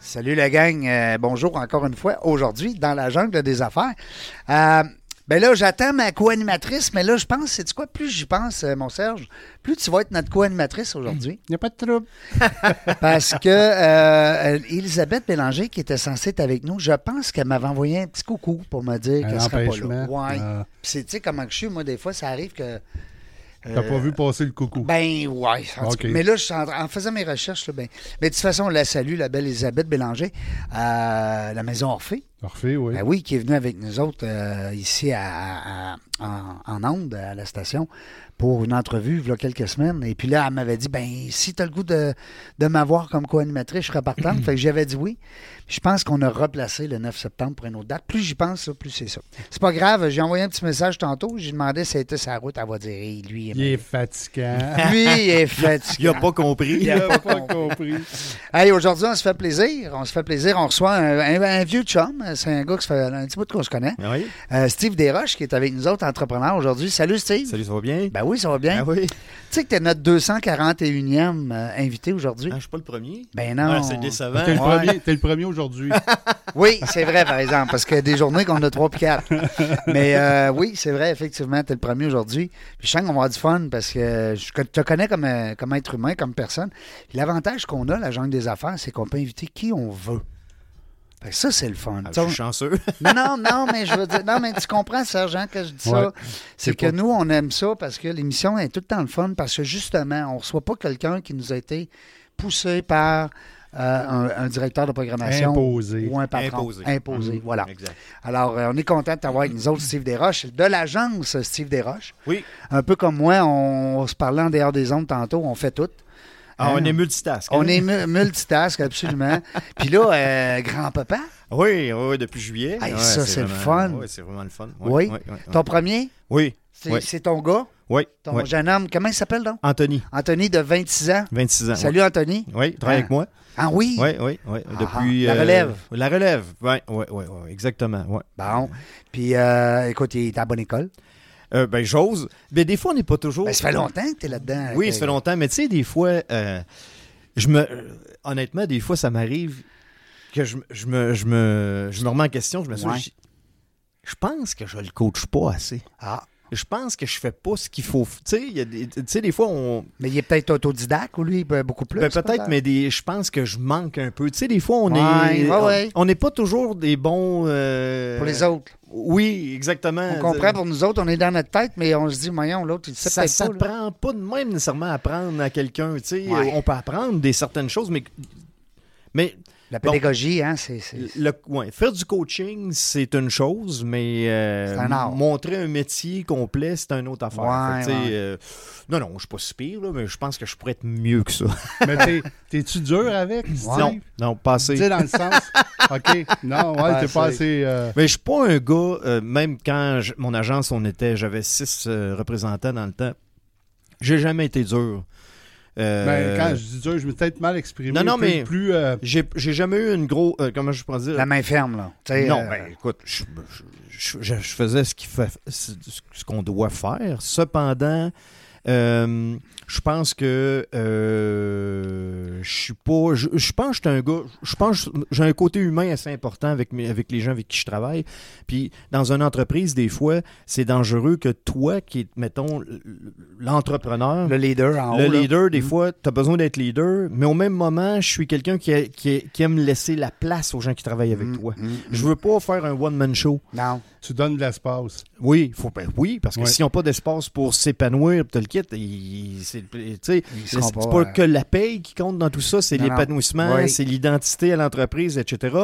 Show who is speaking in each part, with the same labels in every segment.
Speaker 1: Salut la gang. Euh, bonjour encore une fois. Aujourd'hui, dans la jungle des affaires. Euh, ben là, j'attends ma co-animatrice, mais là, je pense, c'est quoi? Plus j'y pense, euh, mon Serge, plus tu vas être notre co-animatrice aujourd'hui.
Speaker 2: Il n'y a pas de trouble.
Speaker 1: Parce que euh, Elisabeth Bélanger, qui était censée être avec nous, je pense qu'elle m'avait envoyé un petit coucou pour me dire
Speaker 2: Un
Speaker 1: qu'elle serait pas là.
Speaker 2: empêchement.
Speaker 1: Ouais.
Speaker 2: Ah.
Speaker 1: Puis c'est, tu sais, comment que je suis, moi, des fois, ça arrive que.
Speaker 2: T'as pas vu passer le coucou.
Speaker 1: Euh, Ben ouais. En tout cas,
Speaker 2: Ok.
Speaker 1: Mais là, je suis en, en faisant mes recherches, là, ben, mais de toute façon, on la salue, la belle Elisabeth Bélanger, à la maison Orphée.
Speaker 2: Parfait, oui.
Speaker 1: Ben oui, qui est venu avec nous autres euh, ici à, à- en, en Onde, à la station, pour une entrevue il y a quelques semaines. Et puis là, elle m'avait dit, ben si tu as le goût de, de m'avoir comme co-animatrice, je serais partante. fait que j'avais dit oui. Je pense qu'on a replacé le 9 septembre pour une autre date. Plus j'y pense, là, plus c'est ça. C'est pas grave, j'ai envoyé un petit message tantôt. J'ai demandé si c'était sa route. Elle va dire, Hey, lui,
Speaker 2: Il est fatigant.
Speaker 1: lui, il est
Speaker 3: Il
Speaker 1: fatigué.
Speaker 3: a pas compris.
Speaker 2: Il n'a pas compris.
Speaker 1: Hey, aujourd'hui, on se fait plaisir. On se fait plaisir. On reçoit un, un- un vieux chum. C'est un gars qui se fait un petit bout qu'on se connaît.
Speaker 3: Ben Oui.
Speaker 1: Euh, Steve Desroches, qui est avec nous autres, entrepreneur aujourd'hui. Salut, Steve.
Speaker 3: Salut, ça va bien?
Speaker 1: Ben oui, ça va bien.
Speaker 3: Ah oui.
Speaker 1: Tu sais que t'es notre 241e euh, invité aujourd'hui.
Speaker 3: Ah, je suis pas le premier.
Speaker 1: Ben
Speaker 3: Ah,
Speaker 1: non.
Speaker 3: c'est décevant.
Speaker 2: T'es le
Speaker 1: Ouais.
Speaker 2: premier, t'es le premier aujourd'hui.
Speaker 1: oui, c'est vrai, par exemple, parce qu'il y a des journées qu'on a 3 puis 4. Mais euh, oui, c'est vrai, effectivement, t'es le premier aujourd'hui. Puis je sens qu'on va avoir du fun parce que je co- te connais comme, euh, comme être humain, comme personne. Puis L'avantage qu'on a, la jungle des affaires, c'est qu'on peut inviter qui on veut. Fait que ça, c'est le fun.
Speaker 3: Ah,
Speaker 1: Tu sais, on-
Speaker 3: je suis chanceux.
Speaker 1: Non, non, non, mais je veux dire, non, mais tu comprends, Sergent, que je dis ça.
Speaker 2: Ouais.
Speaker 1: c'est
Speaker 2: C'est
Speaker 1: que
Speaker 2: pas-
Speaker 1: nous, on aime ça parce que l'émission est tout le temps le fun parce que justement, on reçoit pas quelqu'un qui nous a été poussé par euh, un, un directeur de programmation.
Speaker 2: Imposé. Mhm.
Speaker 1: Ou un patron.
Speaker 3: Imposé.
Speaker 1: Imposé, voilà.
Speaker 3: Exact.
Speaker 1: Alors, euh, on est content de t'avoir avec nous autres, Steve Desroches, de l'agence Steve Desroches.
Speaker 3: Oui.
Speaker 1: Un peu comme moi, on, se parlait en dehors des ondes tantôt, on fait tout.
Speaker 3: Ah,
Speaker 1: Hein?
Speaker 3: on est multitask. hein?
Speaker 1: On est mu- multitask, absolument. Puis là, euh, grand-papa,
Speaker 3: Ah Oui, oui, oui, depuis juillet. Ah
Speaker 1: Hey,
Speaker 3: Ouais,
Speaker 1: ça, c'est le
Speaker 3: vraiment-
Speaker 1: fun.
Speaker 3: Oui, c'est vraiment le fun.
Speaker 1: oui.
Speaker 3: Oui. Oui.
Speaker 1: Ton premier,
Speaker 3: Oui.
Speaker 1: c'est
Speaker 3: Oui.
Speaker 1: c'est ton gars?
Speaker 3: oui,
Speaker 1: Ton
Speaker 3: oui.
Speaker 1: jeune homme, comment il s'appelle donc?
Speaker 3: Anthony,
Speaker 1: Anthony de 26 ans.
Speaker 3: 26 ans.
Speaker 1: Salut Anthony.
Speaker 3: Oui, Oui, il travaille
Speaker 1: Ah.
Speaker 3: avec moi.
Speaker 1: Ah oui?
Speaker 3: Oui, oui, oui. Depuis. euh,
Speaker 1: ah, la relève.
Speaker 3: La relève. Oui, oui, oui, oui, exactement. Oui.
Speaker 1: Bon. Puis euh, écoute, il est à la bonne école.
Speaker 3: Euh, ben, j'ose. Mais des fois, on n'est pas toujours.
Speaker 1: Ben, ça fait longtemps que tu es là-dedans. euh,
Speaker 3: Oui,
Speaker 1: Que-
Speaker 3: ça fait longtemps. Mais tu sais, des fois, euh, je me. euh, Honnêtement, des fois, ça m'arrive que je, me- je me, je, me, je me remets en question. Je me suis
Speaker 1: Ouais.
Speaker 3: je, je pense que je le coach pas assez.
Speaker 1: Ah,
Speaker 3: Je pense que je fais pas ce qu'il faut. Tu sais, il y a des- tu sais, des fois, on.
Speaker 1: mais il est peut-être autodidacte ou lui, ben, beaucoup plus.
Speaker 3: ben, peut-être, mais des, je pense que je manque un peu. Tu sais, des fois, on
Speaker 1: Ouais,
Speaker 3: est.
Speaker 1: ouais, ouais.
Speaker 3: On n'est pas toujours des bons. euh,
Speaker 1: Pour les autres.
Speaker 3: Oui, exactement.
Speaker 1: On comprend, pour nous autres, on est dans notre tête, mais on se dit, voyons, l'autre, il sait
Speaker 3: ça
Speaker 1: peut-être
Speaker 3: ça
Speaker 1: pas.
Speaker 3: te
Speaker 1: là.
Speaker 3: prend pas de même nécessairement à apprendre à quelqu'un. tu sais.
Speaker 1: Ouais.
Speaker 3: On peut apprendre des certaines choses, mais, mais
Speaker 1: La pédagogie, hein, c'est... c'est-
Speaker 3: le, ouais, faire du coaching, c'est une chose, mais euh,
Speaker 1: C'est un art.
Speaker 3: montrer un métier complet, c'est une autre affaire.
Speaker 1: Ouais,
Speaker 3: Fait que, tu sais,
Speaker 1: ouais.
Speaker 3: euh, non, non, je suis pas si pire, là, mais je pense que je pourrais être mieux que ça.
Speaker 2: Mais t'es- t'es-tu dur avec, Steve?
Speaker 3: Non, non, pas
Speaker 2: Tu
Speaker 3: assez.
Speaker 2: sais, dans le sens. OK. Non, ouais, t'es
Speaker 1: Pas assez.
Speaker 2: pas assez. euh,
Speaker 3: Mais je suis pas un gars, euh, même quand je- mon agence, on était, j'avais six euh, représentants dans le temps, j'ai jamais été dur. Euh,
Speaker 2: ben, quand je dis dur, je me suis peut-être mal exprimé.
Speaker 3: Non, non,
Speaker 2: plus-
Speaker 3: mais-
Speaker 2: Plus, euh,
Speaker 3: j'ai j'ai jamais eu une grosse, comment je pourrais dire,
Speaker 1: La main ferme, là. Tu sais,
Speaker 3: Non,
Speaker 1: euh,
Speaker 3: ben, écoute, je, je- je- je faisais ce qu'il fa- ce ce qu'on doit faire. Cependant, euh, je pense que euh, je suis pas. Je, je pense que je suis un gars. Je pense que j'ai un côté humain assez important avec, mes- avec les gens avec qui je travaille. Puis dans une entreprise, des fois, c'est dangereux que toi, qui est, mettons, l'entrepreneur,
Speaker 1: Le leader en
Speaker 3: le
Speaker 1: haut, là. Mm.
Speaker 3: leader, des fois, tu as besoin d'être leader, mais au même moment, je suis quelqu'un qui, a- qui a- qui aime laisser la place aux gens qui travaillent avec
Speaker 1: Mm,
Speaker 3: toi.
Speaker 1: mm,
Speaker 3: Je veux pas faire un one-man show.
Speaker 1: Non.
Speaker 2: tu donnes de l'espace.
Speaker 3: Oui, faut, ben oui parce que
Speaker 2: Ouais.
Speaker 3: s'ils n'ont pas d'espace pour s'épanouir, pis te le quittes, ils- c'est tu sais,
Speaker 1: Ils
Speaker 3: c'est
Speaker 1: seront
Speaker 3: pas,
Speaker 1: pas, euh,
Speaker 3: que la paye qui compte dans tout ça, c'est
Speaker 1: Non, non.
Speaker 3: l'épanouissement,
Speaker 1: Oui.
Speaker 3: c'est l'identité à l'entreprise, etc.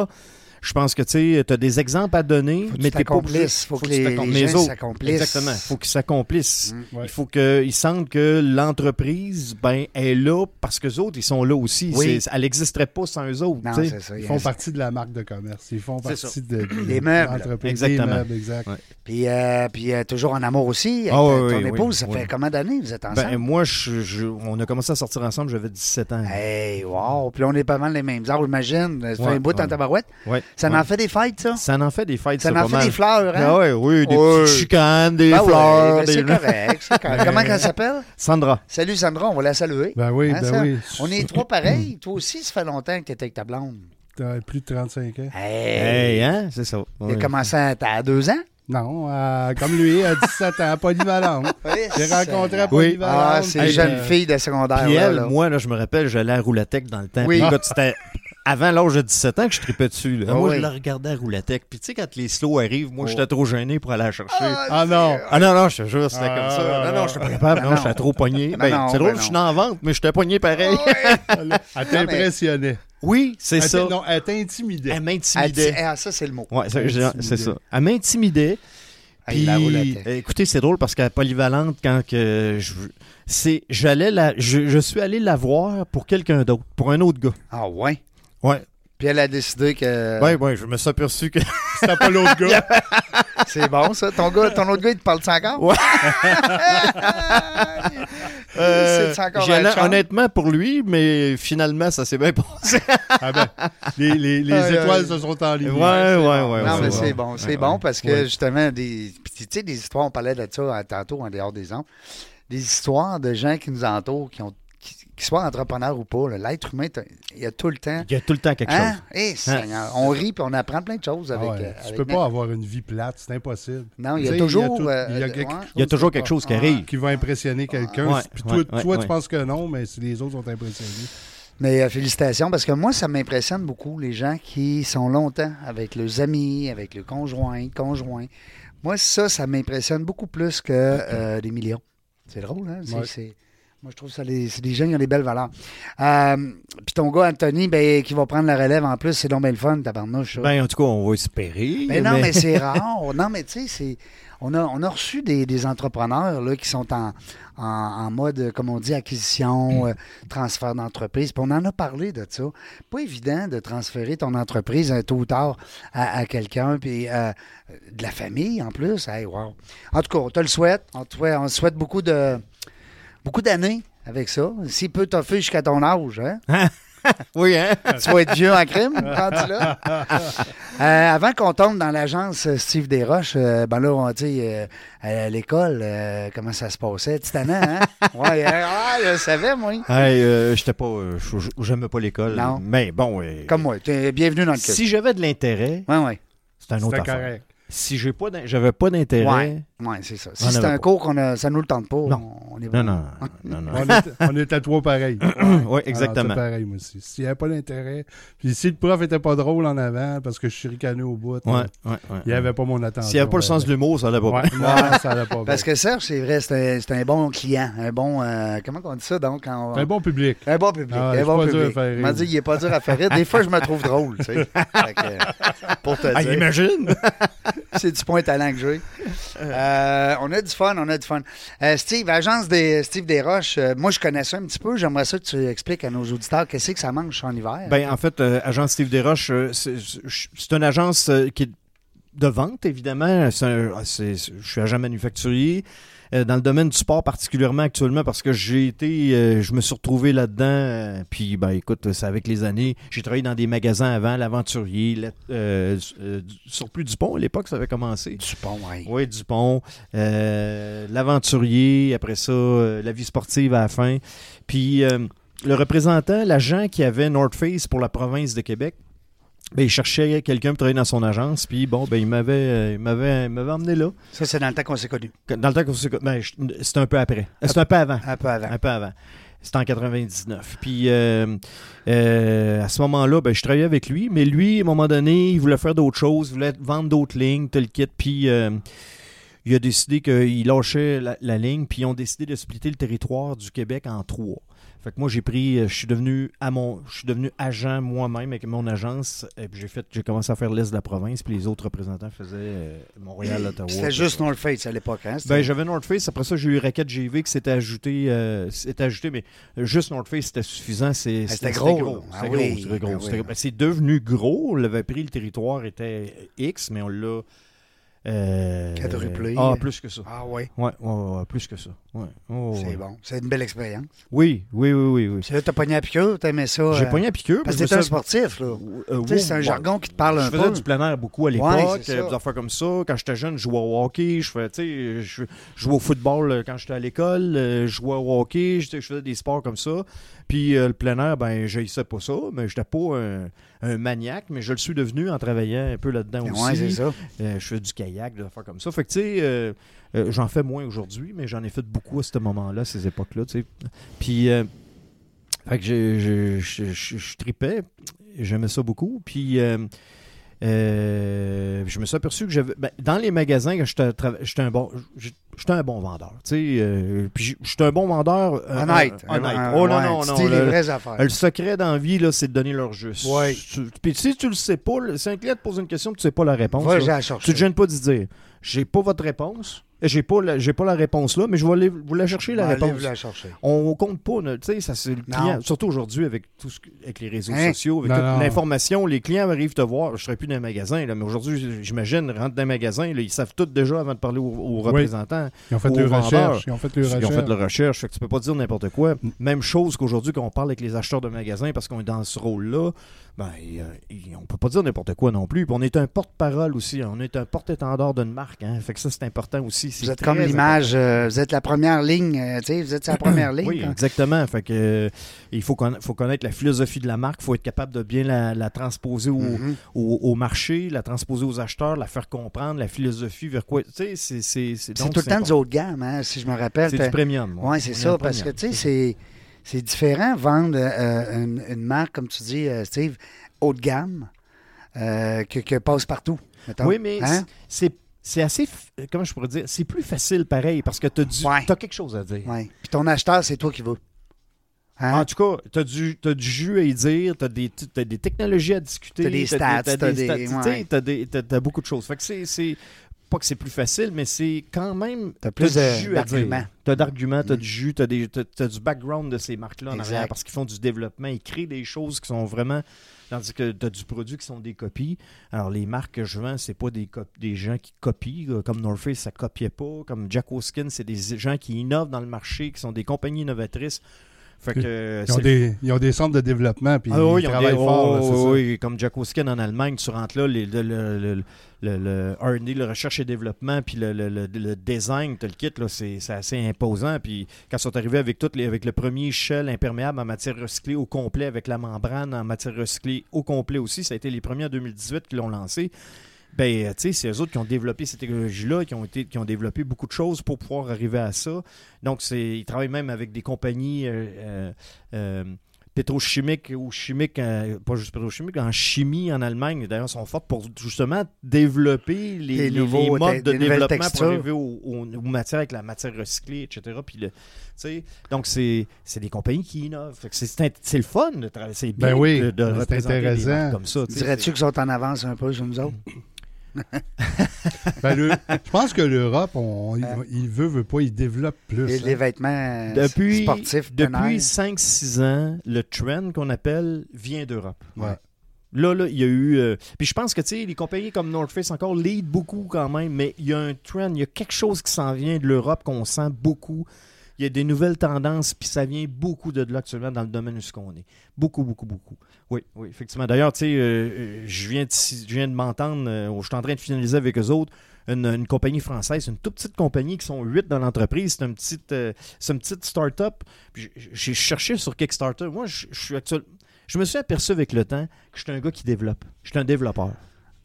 Speaker 3: Je pense que tu as des exemples à donner,
Speaker 1: Faut que
Speaker 3: mais
Speaker 1: tu
Speaker 3: t'es pas obligé-
Speaker 1: t'accomplisses, faut que
Speaker 3: tu
Speaker 1: les-
Speaker 3: t'accomplisses.
Speaker 1: les gens
Speaker 3: autres,
Speaker 1: s'accomplissent. Mm.
Speaker 3: Exactement, faut qu'ils s'accomplissent.
Speaker 2: Ouais.
Speaker 3: Il faut qu'ils sentent que l'entreprise ben, est là parce que les autres, ils sont là aussi.
Speaker 1: Oui.
Speaker 3: C'est- Elle n'existerait pas sans eux autres.
Speaker 1: Non,
Speaker 3: tu sais.
Speaker 1: c'est ça. il y
Speaker 2: Ils
Speaker 1: a
Speaker 2: font
Speaker 1: un-
Speaker 2: partie de la marque de commerce. Ils font
Speaker 3: C'est
Speaker 2: partie de, de
Speaker 1: Des meubles.
Speaker 2: l'entreprise, des
Speaker 3: Exactement.
Speaker 2: meubles, exact.
Speaker 3: Ouais.
Speaker 1: Puis, euh, puis euh, toujours en amour aussi. avec
Speaker 3: Ah,
Speaker 1: euh,
Speaker 3: oui,
Speaker 1: ton
Speaker 3: oui,
Speaker 1: épouse,
Speaker 3: oui,
Speaker 1: ça
Speaker 3: oui.
Speaker 1: fait combien d'années vous êtes ensemble?
Speaker 3: Ben, moi, je- je- on a commencé à sortir ensemble, j'avais 17 ans.
Speaker 1: Hey, wow! Puis là, on est pas mal les mêmes arbres, j'imagine. Ça fait
Speaker 3: Ouais,
Speaker 1: un bout en
Speaker 3: ouais.
Speaker 1: tabarouette.
Speaker 3: Ouais,
Speaker 1: Ça
Speaker 3: ouais.
Speaker 1: en fait des fêtes, ça?
Speaker 3: Ça en fait des fêtes,
Speaker 1: Ça
Speaker 3: ça,
Speaker 1: en
Speaker 3: pas
Speaker 1: fait
Speaker 3: mal.
Speaker 1: des fleurs, hein?
Speaker 3: Ah ouais, oui, des
Speaker 1: Ouais.
Speaker 3: petites chicanes, des
Speaker 1: Ben ouais,
Speaker 3: fleurs.
Speaker 1: ben
Speaker 3: des...
Speaker 1: c'est correct, c'est correct. Comment qu'elle s'appelle?
Speaker 3: Sandra.
Speaker 1: Salut Sandra, on va la saluer.
Speaker 2: Ben oui,
Speaker 1: Hein,
Speaker 2: ben
Speaker 1: ça?
Speaker 2: oui.
Speaker 1: On est trois pareils. Toi aussi, ça fait longtemps que tu étais avec ta blonde.
Speaker 2: de- plus de 35 ans.
Speaker 1: Hey!
Speaker 3: Hey, hein? C'est ça.
Speaker 1: Il
Speaker 3: Ouais.
Speaker 1: a commencé à, à deux ans?
Speaker 2: Non, euh, comme lui, à 17 ans, polyvalente. J'ai rencontré à polyvalente.
Speaker 1: Ah, c'est
Speaker 2: puis,
Speaker 1: jeune
Speaker 2: euh,
Speaker 1: fille de secondaire.
Speaker 3: Puis
Speaker 1: là,
Speaker 3: elle,
Speaker 1: là.
Speaker 3: moi, là, je me rappelle, j'allais à Roulatec dans le temps.
Speaker 1: Oui.
Speaker 3: Puis, écoute, c'était avant l'âge de 17 ans que je tripais dessus. là.
Speaker 1: Ah
Speaker 3: moi,
Speaker 1: oui.
Speaker 3: je la regardais à Roulatec. Puis tu sais, quand les slows arrivent, moi,
Speaker 1: Oh.
Speaker 3: j'étais trop gêné pour aller la chercher. Ah,
Speaker 2: Ah non.
Speaker 3: non, non, je te jure, c'était
Speaker 2: Ah,
Speaker 3: comme ça.
Speaker 2: ah,
Speaker 3: Non, non,
Speaker 2: ah,
Speaker 3: j'étais pas capable.
Speaker 1: ah,
Speaker 3: Non,
Speaker 1: non.
Speaker 3: j'étais trop pogné. Ben,
Speaker 1: non,
Speaker 3: c'est drôle,
Speaker 1: ben
Speaker 3: je suis
Speaker 1: non. Ah,
Speaker 3: en vente, mais j'étais pogné pareil.
Speaker 2: Elle
Speaker 1: mais-
Speaker 2: t'impressionnait.
Speaker 3: Oui, c'est
Speaker 2: Elle
Speaker 3: ça.
Speaker 2: t'a- Non, elle t'intimidait.
Speaker 3: Elle
Speaker 1: Elle dit-
Speaker 3: m'intimidait.
Speaker 1: Ah, ça, c'est le mot.
Speaker 3: Ouais, ça, j'ai-
Speaker 2: intimidait.
Speaker 3: c'est ça. Elle m'intimidait.
Speaker 1: Hey, la
Speaker 3: Puis, euh,
Speaker 1: Roulatec.
Speaker 3: écoutez, c'est drôle parce qu'à Polyvalente, quand que je, c'est, j'allais la, je, je suis allé la voir pour quelqu'un d'autre, pour un autre gars. Euh.
Speaker 1: Ah, ouais.
Speaker 3: Ouais,
Speaker 1: Puis elle a décidé que
Speaker 3: ouais, ouais, je me suis aperçu que
Speaker 2: C'était pas l'autre gars.
Speaker 1: c'est bon, ça. Ton, gars, ton autre gars, il te parle-tu encore?
Speaker 3: Ouais.
Speaker 1: C'est encore
Speaker 3: j'y
Speaker 1: un
Speaker 3: allais
Speaker 1: chum?
Speaker 3: Euh, honnêtement pour lui, mais finalement, ça s'est bien passé.
Speaker 2: Ah ben, les les- les
Speaker 1: Aïe,
Speaker 2: étoiles
Speaker 1: aïe.
Speaker 2: se sont enlignées.
Speaker 3: Ouais, ouais, ouais,
Speaker 1: Non,
Speaker 3: ouais,
Speaker 1: mais
Speaker 3: ouais.
Speaker 1: c'est bon, c'est
Speaker 3: Ouais,
Speaker 1: bon
Speaker 3: ouais.
Speaker 1: parce que
Speaker 3: Ouais.
Speaker 1: justement, des, puis tu sais, des histoires, on parlait de ça euh, tantôt en dehors des ondes, des histoires de gens qui nous entourent, qui, ont, qui, qui soient entrepreneurs ou pas, là, l'être humain, t'as- il y a tout le temps.
Speaker 3: Il y a tout le temps quelque
Speaker 1: Hein?
Speaker 3: chose.
Speaker 1: Eh, Seigneur, on rit puis on apprend plein de choses
Speaker 2: Ah
Speaker 1: avec.
Speaker 2: ouais,
Speaker 1: euh,
Speaker 2: tu
Speaker 1: avec
Speaker 2: peux
Speaker 1: notre-
Speaker 2: pas avoir une vie plate, c'est impossible.
Speaker 1: Non, il y
Speaker 2: Tu
Speaker 1: a
Speaker 2: sais,
Speaker 1: toujours.
Speaker 2: tout-
Speaker 1: euh,
Speaker 2: il y a quelque
Speaker 1: ouais.
Speaker 2: chose
Speaker 3: Il y a toujours
Speaker 2: qui
Speaker 3: quelque chose qui
Speaker 1: Ah.
Speaker 3: arrive.
Speaker 2: qui va impressionner quelqu'un.
Speaker 3: Ouais,
Speaker 2: puis toi,
Speaker 3: ouais,
Speaker 2: toi,
Speaker 3: ouais,
Speaker 2: tu
Speaker 3: ouais.
Speaker 2: penses que non, mais si les autres sont impressionnés.
Speaker 1: Mais euh, félicitations, parce que moi, ça m'impressionne beaucoup, les gens qui sont longtemps avec leurs amis, avec le conjoint, conjoint. Moi, ça, ça m'impressionne beaucoup plus que euh, des millions. C'est drôle, hein? C'est-
Speaker 2: Ouais.
Speaker 1: c'est- Moi, je trouve ça, les- c'est des gens qui ont des belles valeurs. Euh, Puis ton gars, Anthony, ben, qui va prendre la relève en plus, c'est donc bien le fun, tabarnouche. ça.
Speaker 3: Ben, en tout cas, on va espérer.
Speaker 1: Mais Ben non, mais c'est rare. Non, mais tu sais, c'est- on a, on a reçu des, des entrepreneurs là, qui sont en, en, en mode, comme on dit, acquisition, euh, transfert d'entreprise. Puis on en a parlé de ça. Pas évident de transférer ton entreprise euh, tôt ou tard à, à quelqu'un, puis euh, de la famille en plus. Hey, wow. En tout cas, on te le souhaite. On te souhaite, on te souhaite beaucoup de beaucoup d'années avec ça. S'il peut t'offrir jusqu'à ton âge, hein?
Speaker 3: Oui, hein?
Speaker 1: tu vas être vieux en crime, rendu là. Euh, avant qu'on tombe dans l'agence Steve Desroches, euh, ben là, on tu sais, euh, à l'école, euh, comment ça se passait? Titanant, hein? Ouais, euh, ah, je le savais, moi.
Speaker 3: Hey, euh, j'étais pas. euh, je- J'aimais pas l'école.
Speaker 1: Non.
Speaker 3: Mais bon, euh,
Speaker 1: Comme moi, t'es bienvenue dans le cul.
Speaker 3: si j'avais de l'intérêt,
Speaker 1: Ouais, ouais.
Speaker 3: c'est un autre
Speaker 2: C'était
Speaker 3: affaire.
Speaker 2: correct.
Speaker 3: Si j'ai pas d'in- j'avais pas d'intérêt.
Speaker 1: Ouais, ouais, c'est ça. Si
Speaker 3: On
Speaker 1: c'est
Speaker 3: avait
Speaker 1: un
Speaker 3: pas.
Speaker 1: cours qu'on a, ça nous le tente pas,
Speaker 3: Non.
Speaker 1: on est
Speaker 3: Non, non, non, non.
Speaker 2: On est, on est à trois pareils.
Speaker 3: oui,
Speaker 2: Alors,
Speaker 3: exactement.
Speaker 2: c'est pareil, moi aussi. S'il n'y avait pas d'intérêt, puis si le prof était pas drôle en avant parce que je suis ricané au bout,
Speaker 3: Ouais,
Speaker 2: euh,
Speaker 3: ouais, ouais.
Speaker 2: il n'y avait pas mon attention.
Speaker 3: S'il n'y avait pas le sens de l'humour, ça allait pas.
Speaker 2: Ouais, non, ça allait pas.
Speaker 1: Parce que Serge, c'est vrai, c'est un, c'est un bon client, un bon. euh, comment on dit ça donc? quand on-
Speaker 2: C'est un bon public.
Speaker 1: Un bon public.
Speaker 2: Ah, il
Speaker 1: un
Speaker 2: est
Speaker 1: bon
Speaker 2: pas dur
Speaker 1: public.
Speaker 2: à faire rire.
Speaker 1: Il m'a dit, il est pas dur à faire rire. Des fois, je me trouve drôle, tu sais. Fait que, euh, pour te
Speaker 3: Ah,
Speaker 1: dire.
Speaker 3: imagine!
Speaker 1: C'est du point talent que j'ai. Euh, on a du fun, on a du fun. Euh, Steve, agence des Steve Desroches, euh, moi je connais ça un petit peu. J'aimerais ça que tu expliques à nos auditeurs qu'est-ce que ça mange en hiver.
Speaker 3: Ben, en fait, euh, Agence Steve Desroches, euh, c'est- c'est c'est une agence euh, qui est de vente, évidemment. C'est un- ah, c'est- Je suis agent manufacturier. euh, Dans le domaine du sport particulièrement actuellement parce que j'ai été, euh, je me suis retrouvé là-dedans. euh, Puis ben écoute, c'est avec les années, j'ai travaillé dans des magasins avant, l'Aventurier, le- euh, euh, Surplus Dupont à l'époque, ça avait commencé.
Speaker 1: du pont, ouais.
Speaker 3: Oui, Dupont, euh, l'aventurier, après ça, euh, la vie sportive à la fin. Puis euh, le représentant, l'agent qui avait North Face pour la province de Québec, ben, il cherchait quelqu'un pour travailler dans son agence. Puis bon, ben, il m'avait euh, il m'avait il m'avait emmené là.
Speaker 1: Ça, c'est dans le temps qu'on s'est connus.
Speaker 3: Dans le temps qu'on s'est- ben, je- c'était un peu après. C'était un peu avant.
Speaker 1: Un peu avant.
Speaker 3: Un peu avant. C'était en 99. Puis euh, euh, à ce moment-là, ben, je travaillais avec lui, mais lui, à un moment donné, il voulait faire d'autres choses, il voulait vendre d'autres lignes, tel kit. Puis euh, il a décidé qu'il lâchait la, la ligne, puis ils ont décidé de splitter le territoire du Québec en trois. Fait que moi, j'ai pris, euh, je suis devenu à mon, je suis devenu agent moi-même avec mon agence, et puis j'ai fait, j'ai commencé à faire l'est de la province, puis les autres représentants faisaient euh, Montréal, Ottawa.
Speaker 1: C'était juste North Face à l'époque. Hein?
Speaker 3: Ben,
Speaker 1: C'était-
Speaker 3: j'avais North Face. Après ça, j'ai eu Racket GV qui s'était ajouté, euh, s'était ajouté, mais juste North Face, c'était suffisant. C'est,
Speaker 1: c'était gros, là. Ah
Speaker 3: C'était gros,
Speaker 1: oui,
Speaker 3: c'était gros,
Speaker 1: ah
Speaker 3: Ben,
Speaker 1: oui.
Speaker 3: c'était gros. Ben, c'est devenu gros. On l'avait pris, le territoire était X, mais on l'a Euh,
Speaker 1: Quadruplé.
Speaker 3: Ah, plus que ça.
Speaker 1: Ah oui,
Speaker 3: Ouais, ouais, ouais, ouais, plus que ça. Ouais. Oh, ouais.
Speaker 1: c'est bon. C'est une belle expérience.
Speaker 3: Oui, oui, oui, oui. oui.
Speaker 1: Puis là, t'as pogné à piqûre, t'aimais ça.
Speaker 3: J'ai
Speaker 1: euh,
Speaker 3: pogné à piqûre.
Speaker 1: Parce que
Speaker 3: puis je
Speaker 1: t'es
Speaker 3: me
Speaker 1: un
Speaker 3: suis-
Speaker 1: sportif, là.
Speaker 3: Euh,
Speaker 1: Tu sais, c'est un
Speaker 3: ouais.
Speaker 1: jargon qui te parle
Speaker 3: Je
Speaker 1: un
Speaker 3: faisais
Speaker 1: peu.
Speaker 3: du plein air beaucoup à l'époque,
Speaker 1: c'est
Speaker 3: euh,
Speaker 1: ça.
Speaker 3: des affaires comme ça. Quand j'étais jeune, je jouais au hockey, je fais, tu sais, je, je jouais au football euh, quand j'étais à l'école, euh, je jouais au hockey, je, je faisais des sports comme ça. Puis euh, le plein air, ben, je pas ça, mais j'étais pas un, un maniaque, mais je le suis devenu en travaillant un peu là-dedans aussi.
Speaker 1: Ouais, c'est ça.
Speaker 3: Euh, je fais du kayak, des affaires comme ça. Fait que, tu sais, euh, euh, j'en fais moins aujourd'hui, mais j'en ai fait beaucoup à ce moment-là, à ces époques-là, tu sais. Puis, euh, fait que j'ai- j'ai- je, je, je tripais, j'aimais ça beaucoup. Puis, euh, euh, je me suis aperçu que j'avais. ben, dans les magasins, quand j'étais tra- j'étais un bon. J'étais un bon vendeur, tu sais. euh, puis j'- j'étais un bon vendeur. euh,
Speaker 1: Honnête.
Speaker 3: euh, honnête.
Speaker 1: Euh,
Speaker 3: oh non,
Speaker 1: ouais,
Speaker 3: non,
Speaker 1: tu
Speaker 3: non.
Speaker 1: dis les
Speaker 3: le-
Speaker 1: vraies affaires.
Speaker 3: euh, Le secret dans la vie, là, c'est de donner leur juste.
Speaker 1: Ouais.
Speaker 3: Tu- Puis si tu le sais pas, le- c'est un client te pose une question, tu sais pas la réponse.
Speaker 1: Va,
Speaker 3: là.
Speaker 1: j'ai à
Speaker 3: tu
Speaker 1: chercher.
Speaker 3: te gênes pas d'y dire. J'ai pas votre réponse. J'ai pas la, j'ai pas la réponse là, mais je vais aller vous la chercher la
Speaker 1: Allez,
Speaker 3: réponse.
Speaker 1: vous la chercher.
Speaker 3: On compte pas, ne- tu sais, ça c'est le client. Surtout aujourd'hui avec tout ce que- avec les réseaux
Speaker 1: Hein?
Speaker 3: sociaux, avec
Speaker 2: Non,
Speaker 3: toute
Speaker 2: non.
Speaker 3: l'information, les clients arrivent te voir. Je serais plus dans un magasin, là, mais aujourd'hui, j'imagine, rentre dans un magasin, là, ils savent tout déjà avant de parler aux, aux
Speaker 2: Oui.
Speaker 3: représentants.
Speaker 2: Ils ont fait
Speaker 3: Au
Speaker 2: leurs
Speaker 3: vendeur.
Speaker 2: recherches. Ils ont fait leurs
Speaker 3: Ils ont fait
Speaker 2: recherches.
Speaker 3: de la recherche, fait que tu peux pas dire n'importe quoi. Même chose qu'aujourd'hui, quand on parle avec les acheteurs de magasins, parce qu'on est dans ce rôle-là, ben, euh, ils- on peut pas dire n'importe quoi non plus. Puis on est un porte-parole aussi, hein. on est un porte-étendard d'une marque. hein. Fait que ça, c'est important aussi. C'est
Speaker 1: Vous êtes
Speaker 3: très
Speaker 1: comme l'image, euh, vous êtes la première ligne, euh, tu sais, vous êtes sur la première ligne.
Speaker 3: Oui, hein.
Speaker 1: quand-
Speaker 3: exactement. Fait que, euh, il faut, conna- faut connaître la philosophie de la marque. Il faut être capable de bien la, la transposer au,
Speaker 1: Mhm.
Speaker 3: au- au marché, la transposer aux acheteurs, la faire comprendre, la philosophie vers quoi. Tu sais, c'est- c'est
Speaker 1: C'est
Speaker 3: c'est- donc,
Speaker 1: tout le temps
Speaker 3: important.
Speaker 1: des autres gammes, hein, si je me rappelle.
Speaker 3: C'est
Speaker 1: T'as-
Speaker 3: du premium.
Speaker 1: Oui, c'est ça, parce que, tu sais, c'est- c'est différent vendre euh, une, une marque, comme tu dis, euh, Steve, haut de gamme, euh, que, que passe partout. mettons.
Speaker 3: Oui, mais
Speaker 1: Hein?
Speaker 3: c'est c'est assez. f- euh, Comment je pourrais dire C'est plus facile pareil parce que tu as,
Speaker 1: Ouais.
Speaker 3: quelque chose à dire.
Speaker 1: Ouais. Puis ton acheteur, c'est toi qui veux. Hein?
Speaker 3: En tout cas, tu as, du t'as du jus à y dire, tu as, des technologies à discuter,
Speaker 1: T'as des stats,
Speaker 3: t'as
Speaker 1: t'as
Speaker 3: des
Speaker 1: des-
Speaker 3: stats, tu sais,
Speaker 1: ouais.
Speaker 3: t'as des- t'as- t'as beaucoup de choses. Fait que c'est- c'est pas que c'est plus facile, mais c'est quand même.
Speaker 1: T'as plus
Speaker 3: du
Speaker 1: de-
Speaker 3: jus à dire.
Speaker 1: d'arguments. Mm.
Speaker 3: T'as d'arguments, t'as du jus, t'as des- t'as- t'as du background de ces marques-là en
Speaker 1: Exact.
Speaker 3: arrière parce qu'ils font du développement, ils créent des choses qui sont vraiment. Tandis que t'as du produit qui sont des copies. Alors, les marques que je vends, c'est pas des, cop- des gens qui copient. euh, Comme North Face, ça copiait pas. Comme Jack O'Skin, c'est des gens qui innovent dans le marché, qui sont des compagnies innovatrices. Fait que, euh,
Speaker 2: Ils ont,
Speaker 3: c'est-
Speaker 2: des, ils ont des centres de développement, puis
Speaker 3: ah oui,
Speaker 2: ils
Speaker 3: ont
Speaker 2: travaillent
Speaker 3: des-
Speaker 2: fort. là,
Speaker 3: oh,
Speaker 2: c'est ça.
Speaker 3: oui, comme Jack O'Skin en Allemagne, tu rentres là, les- le, le, le- le- le R&D, le recherche et développement, puis le, le- le- le design, tu le kit, là, c'est c'est assez imposant. Puis quand ils sont arrivés avec, toutes les, avec le premier shell imperméable en matière recyclée au complet, avec la membrane en matière recyclée au complet aussi, ça a été les premiers en 2018 qui l'ont lancé. Ben, euh, tu sais, c'est eux autres qui ont développé ces technologies-là, qui ont été, qui ont développé beaucoup de choses pour pouvoir arriver à ça. Donc, c'est, ils travaillent même avec des compagnies euh, euh, euh, pétrochimiques ou chimiques, euh, pas juste pétrochimiques, en chimie en Allemagne. D'ailleurs, sont fortes pour justement
Speaker 1: Des
Speaker 3: développer les, les- les
Speaker 1: nouveaux-
Speaker 3: modes
Speaker 1: des-
Speaker 3: de
Speaker 1: des nouvelles
Speaker 3: développement
Speaker 1: textures.
Speaker 3: pour arriver au- au- aux matières avec la matière recyclée, etc. Puis le- tu sais, donc, c'est, c'est des compagnies qui innovent. Fait que c'est, c'est, un- c'est le fun de travailler. C'est
Speaker 2: Ben
Speaker 3: bien
Speaker 2: oui,
Speaker 3: de, de
Speaker 2: c'est
Speaker 3: représenter des
Speaker 2: intéressant.
Speaker 3: marques comme ça. tu sais.
Speaker 1: Dirais-tu qu'ils sont en avance un peu sur nous autres?
Speaker 2: Ben, le- je pense que l'Europe, on, il, il veut, veut pas, il développe plus.
Speaker 1: Les,
Speaker 2: hein.
Speaker 1: les vêtements euh,
Speaker 3: depuis,
Speaker 1: sportifs, plein
Speaker 3: depuis
Speaker 1: air.
Speaker 3: 5-6 ans, le trend qu'on appelle vient d'Europe.
Speaker 2: Ouais.
Speaker 3: Là, là, il y a eu. euh, puis je pense que tu sais, les compagnies comme North Face encore lead beaucoup quand même, mais il y a un trend, il y a quelque chose qui s'en vient de l'Europe qu'on sent beaucoup. Il y a des nouvelles tendances, puis ça vient beaucoup de là actuellement dans le domaine où ce qu'on est. Beaucoup, beaucoup, beaucoup. Oui, oui, effectivement. D'ailleurs, tu sais, euh, euh, je viens de, si- je viens de m'entendre, euh, je suis en train de finaliser avec eux autres, une, une compagnie française, une toute petite compagnie qui sont huit dans l'entreprise. C'est une petite, euh, c'est une petite start-up. Puis j- J'ai cherché sur Kickstarter. Moi, je je suis actuel... Je me suis aperçu avec le temps que je suis un gars qui développe. Je suis un développeur.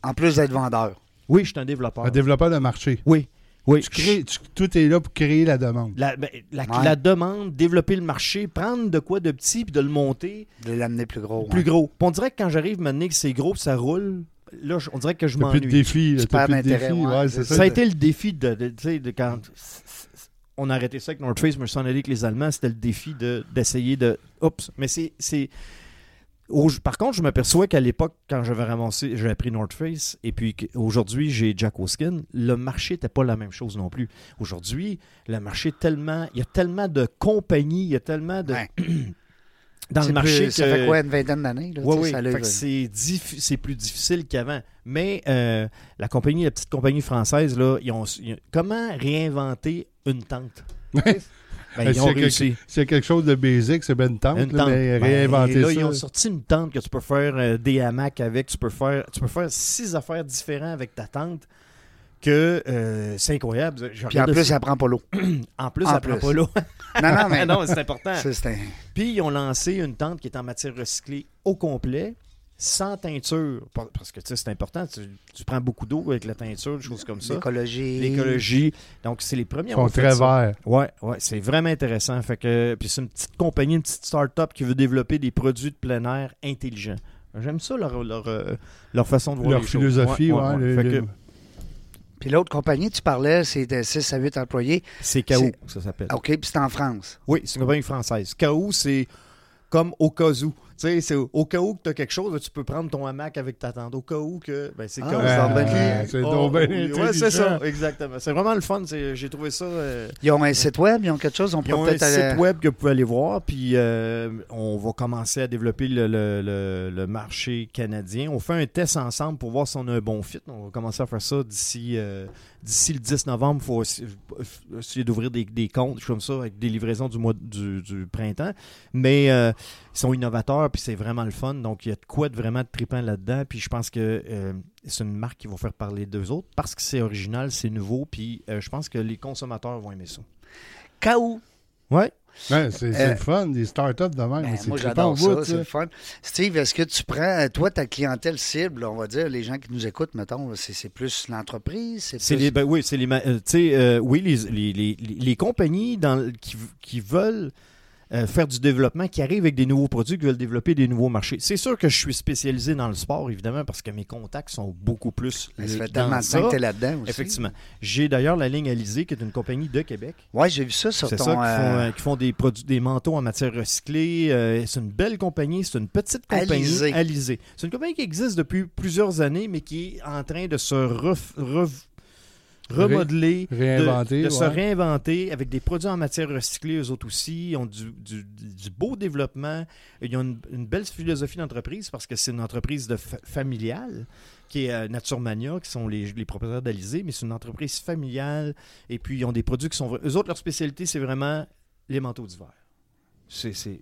Speaker 1: En plus d'être vendeur.
Speaker 3: Oui, je suis un développeur.
Speaker 2: Un développeur de marché.
Speaker 3: Oui, oui.
Speaker 2: Tu crées, tu- tout est là pour créer la demande.
Speaker 3: La, ben, la-
Speaker 1: Ouais.
Speaker 3: la demande, développer le marché, prendre de quoi de petit puis de le monter
Speaker 1: De l'amener plus gros. hein?
Speaker 3: plus
Speaker 1: ouais.
Speaker 3: gros. Puis on dirait que quand j'arrive maintenant que c'est gros, puis ça roule, là, je- on dirait que je
Speaker 2: T'as plus de
Speaker 3: m'ennuie.
Speaker 2: défis. là,
Speaker 1: Tu perds
Speaker 2: T'as plus de
Speaker 1: l'intérêt,
Speaker 2: défis.
Speaker 1: ouais.
Speaker 2: ouais, c'est
Speaker 1: C'est
Speaker 2: ça.
Speaker 3: Ça a été le défi de, de- tu sais, de quand on a arrêté ça avec North Face, je me suis en allé avec les Allemands, c'était le défi de- d'essayer de, Oups, mais c'est. c'est- au- Par contre, je m'aperçois qu'à l'époque, quand j'avais ramassé, j'avais pris North Face, et puis qu- aujourd'hui, j'ai Jack O'Skin, le marché n'était pas la même chose non plus. Aujourd'hui, le marché est tellement. Il y a tellement de compagnies, il y a tellement de.
Speaker 1: Ouais.
Speaker 3: dans
Speaker 1: C'est
Speaker 3: le marché.
Speaker 1: plus- euh, ça
Speaker 3: que-
Speaker 1: fait quoi, une vingtaine d'années? là,
Speaker 3: Ouais,
Speaker 1: tu sais,
Speaker 3: oui,
Speaker 1: ça l'a-
Speaker 3: Fait que c'est diffi- c'est plus difficile qu'avant. Mais euh, la compagnie, la petite compagnie française, là, ils ont, ils ont- comment réinventer une tente?
Speaker 2: Ouais.
Speaker 3: Ben, ils
Speaker 2: S'il
Speaker 3: ont
Speaker 2: y a quelque-
Speaker 3: réussi.
Speaker 2: C'est quelque chose de basique, c'est ben une tente,
Speaker 3: Une
Speaker 2: là,
Speaker 3: tente.
Speaker 2: mais
Speaker 3: Ben,
Speaker 2: réinventer
Speaker 3: là,
Speaker 2: ça.
Speaker 3: ils ont sorti une tente que tu peux faire euh, des hamacs avec, tu peux faire tu peux faire six affaires différentes avec ta tente que euh, c'est incroyable. Je
Speaker 1: Puis en
Speaker 3: regardais
Speaker 1: plus,
Speaker 3: ça.
Speaker 1: ça prend pas l'eau.
Speaker 3: en plus,
Speaker 1: en
Speaker 3: ça prend
Speaker 1: plus.
Speaker 3: pas l'eau.
Speaker 1: Non, non, mais
Speaker 3: non, c'est important.
Speaker 1: ça, c'est un-
Speaker 3: Puis ils ont lancé une tente qui est en matière recyclée au complet, sans teinture. Par- Parce que tu sais, c'est important, tu, tu prends beaucoup d'eau avec la teinture, des choses comme ça.
Speaker 1: l'écologie.
Speaker 3: L'écologie. Donc, c'est les premiers
Speaker 2: Ils
Speaker 3: à
Speaker 2: sont
Speaker 3: avoir fait
Speaker 2: très
Speaker 3: ça.
Speaker 2: verts.
Speaker 3: Ouais, ouais, c'est vraiment intéressant. Fait que, puis c'est une petite compagnie, une petite start-up qui veut développer des produits de plein air intelligents. J'aime ça, leur, leur, euh, leur façon de voir
Speaker 2: Leur
Speaker 3: les choses.
Speaker 2: philosophie, ouais,
Speaker 3: ouais, ouais.
Speaker 2: le-
Speaker 3: Fait
Speaker 2: le-
Speaker 3: que
Speaker 1: Puis l'autre compagnie, tu parlais, c'était 6 à 8 employés. Ah,
Speaker 3: C'est KO, ça s'appelle.
Speaker 1: OK, puis c'est en France.
Speaker 3: Oui, c'est une compagnie française. KO, c'est comme au cas où. Tu sais, c'est au cas où que tu as quelque chose, tu peux prendre ton hamac avec ta tente. Au cas où que. Ben, c'est
Speaker 1: Ah,
Speaker 3: KO.
Speaker 1: ouais,
Speaker 2: ouais, c'est donc bien
Speaker 3: Oh, oui, ouais,
Speaker 2: intelligent.
Speaker 3: c'est ça, exactement. C'est vraiment le fun. c'est- J'ai trouvé ça. euh,
Speaker 1: Ils ont un site web, ils ont quelque chose, on
Speaker 3: Ils ont
Speaker 1: pourrait
Speaker 3: un
Speaker 1: peut-être aller-
Speaker 3: site web que vous pouvez aller voir, puis euh, on va commencer à développer le, le- le- le marché canadien. On fait un test ensemble pour voir si on a un bon fit. On va commencer à faire ça d'ici euh, d'ici le 10 novembre. Il faut aussi- euh, essayer d'ouvrir des, des comptes, des choses comme ça, avec des livraisons du mois du, du printemps. Mais euh, ils sont innovateurs, puis c'est vraiment le fun. Donc, il y a de quoi de vraiment de trippant là-dedans. Puis je pense que euh, c'est une marque qui va faire parler d'eux autres parce que c'est original, c'est nouveau, puis euh, je pense que les consommateurs vont aimer ça.
Speaker 1: KO.
Speaker 3: Ouais.
Speaker 2: Ouais, c'est c'est
Speaker 1: Euh,
Speaker 2: le fun, des startups de même.
Speaker 1: Ben,
Speaker 2: c'est
Speaker 1: moi,
Speaker 2: trippant au
Speaker 1: j'adore
Speaker 2: bout,
Speaker 1: ça, c'est le fun. Steve, est-ce que tu prends, euh, toi, ta clientèle cible, on va dire, les gens qui nous écoutent, mettons, c'est c'est plus l'entreprise, c'est
Speaker 3: C'est
Speaker 1: plus...
Speaker 3: les, ben oui, c'est les, ma- euh, tu sais, euh, oui, les, les, les, les- les compagnies dans, le- qui, v- qui veulent euh, faire du développement, qui arrivent avec des nouveaux produits, qui veulent développer des nouveaux marchés. C'est sûr que je suis spécialisé dans le sport, évidemment, parce que mes contacts sont beaucoup plus
Speaker 1: Ben, ça
Speaker 3: euh,
Speaker 1: fait
Speaker 3: dans
Speaker 1: tellement de
Speaker 3: ça.
Speaker 1: temps que t'es là-dedans aussi.
Speaker 3: Effectivement. J'ai d'ailleurs la ligne Alizé, qui est une compagnie de Québec.
Speaker 1: Ouais, j'ai vu ça sur
Speaker 3: C'est
Speaker 1: ton...
Speaker 3: ça, qui font,
Speaker 1: euh,
Speaker 3: euh, qui font des produits, des manteaux en matière recyclée. Euh, c'est une belle compagnie, c'est une petite compagnie.
Speaker 1: Alizé.
Speaker 3: C'est une compagnie qui existe depuis plusieurs années, mais qui est en train de se ref- rev- remodeler, de-
Speaker 2: réinventer,
Speaker 3: de, se
Speaker 2: ouais.
Speaker 3: réinventer avec des produits en matière recyclée. Eux autres aussi, ils ont du, du- du beau développement. Ils ont une, une belle philosophie d'entreprise parce que c'est une entreprise de fa- familiale qui est euh, Naturemania, qui sont les, les propriétaires d'Alizé, mais c'est une entreprise familiale. Et puis, ils ont des produits qui sont... vra- Eux autres, leur spécialité, c'est vraiment les manteaux d'hiver. C'est... c'est-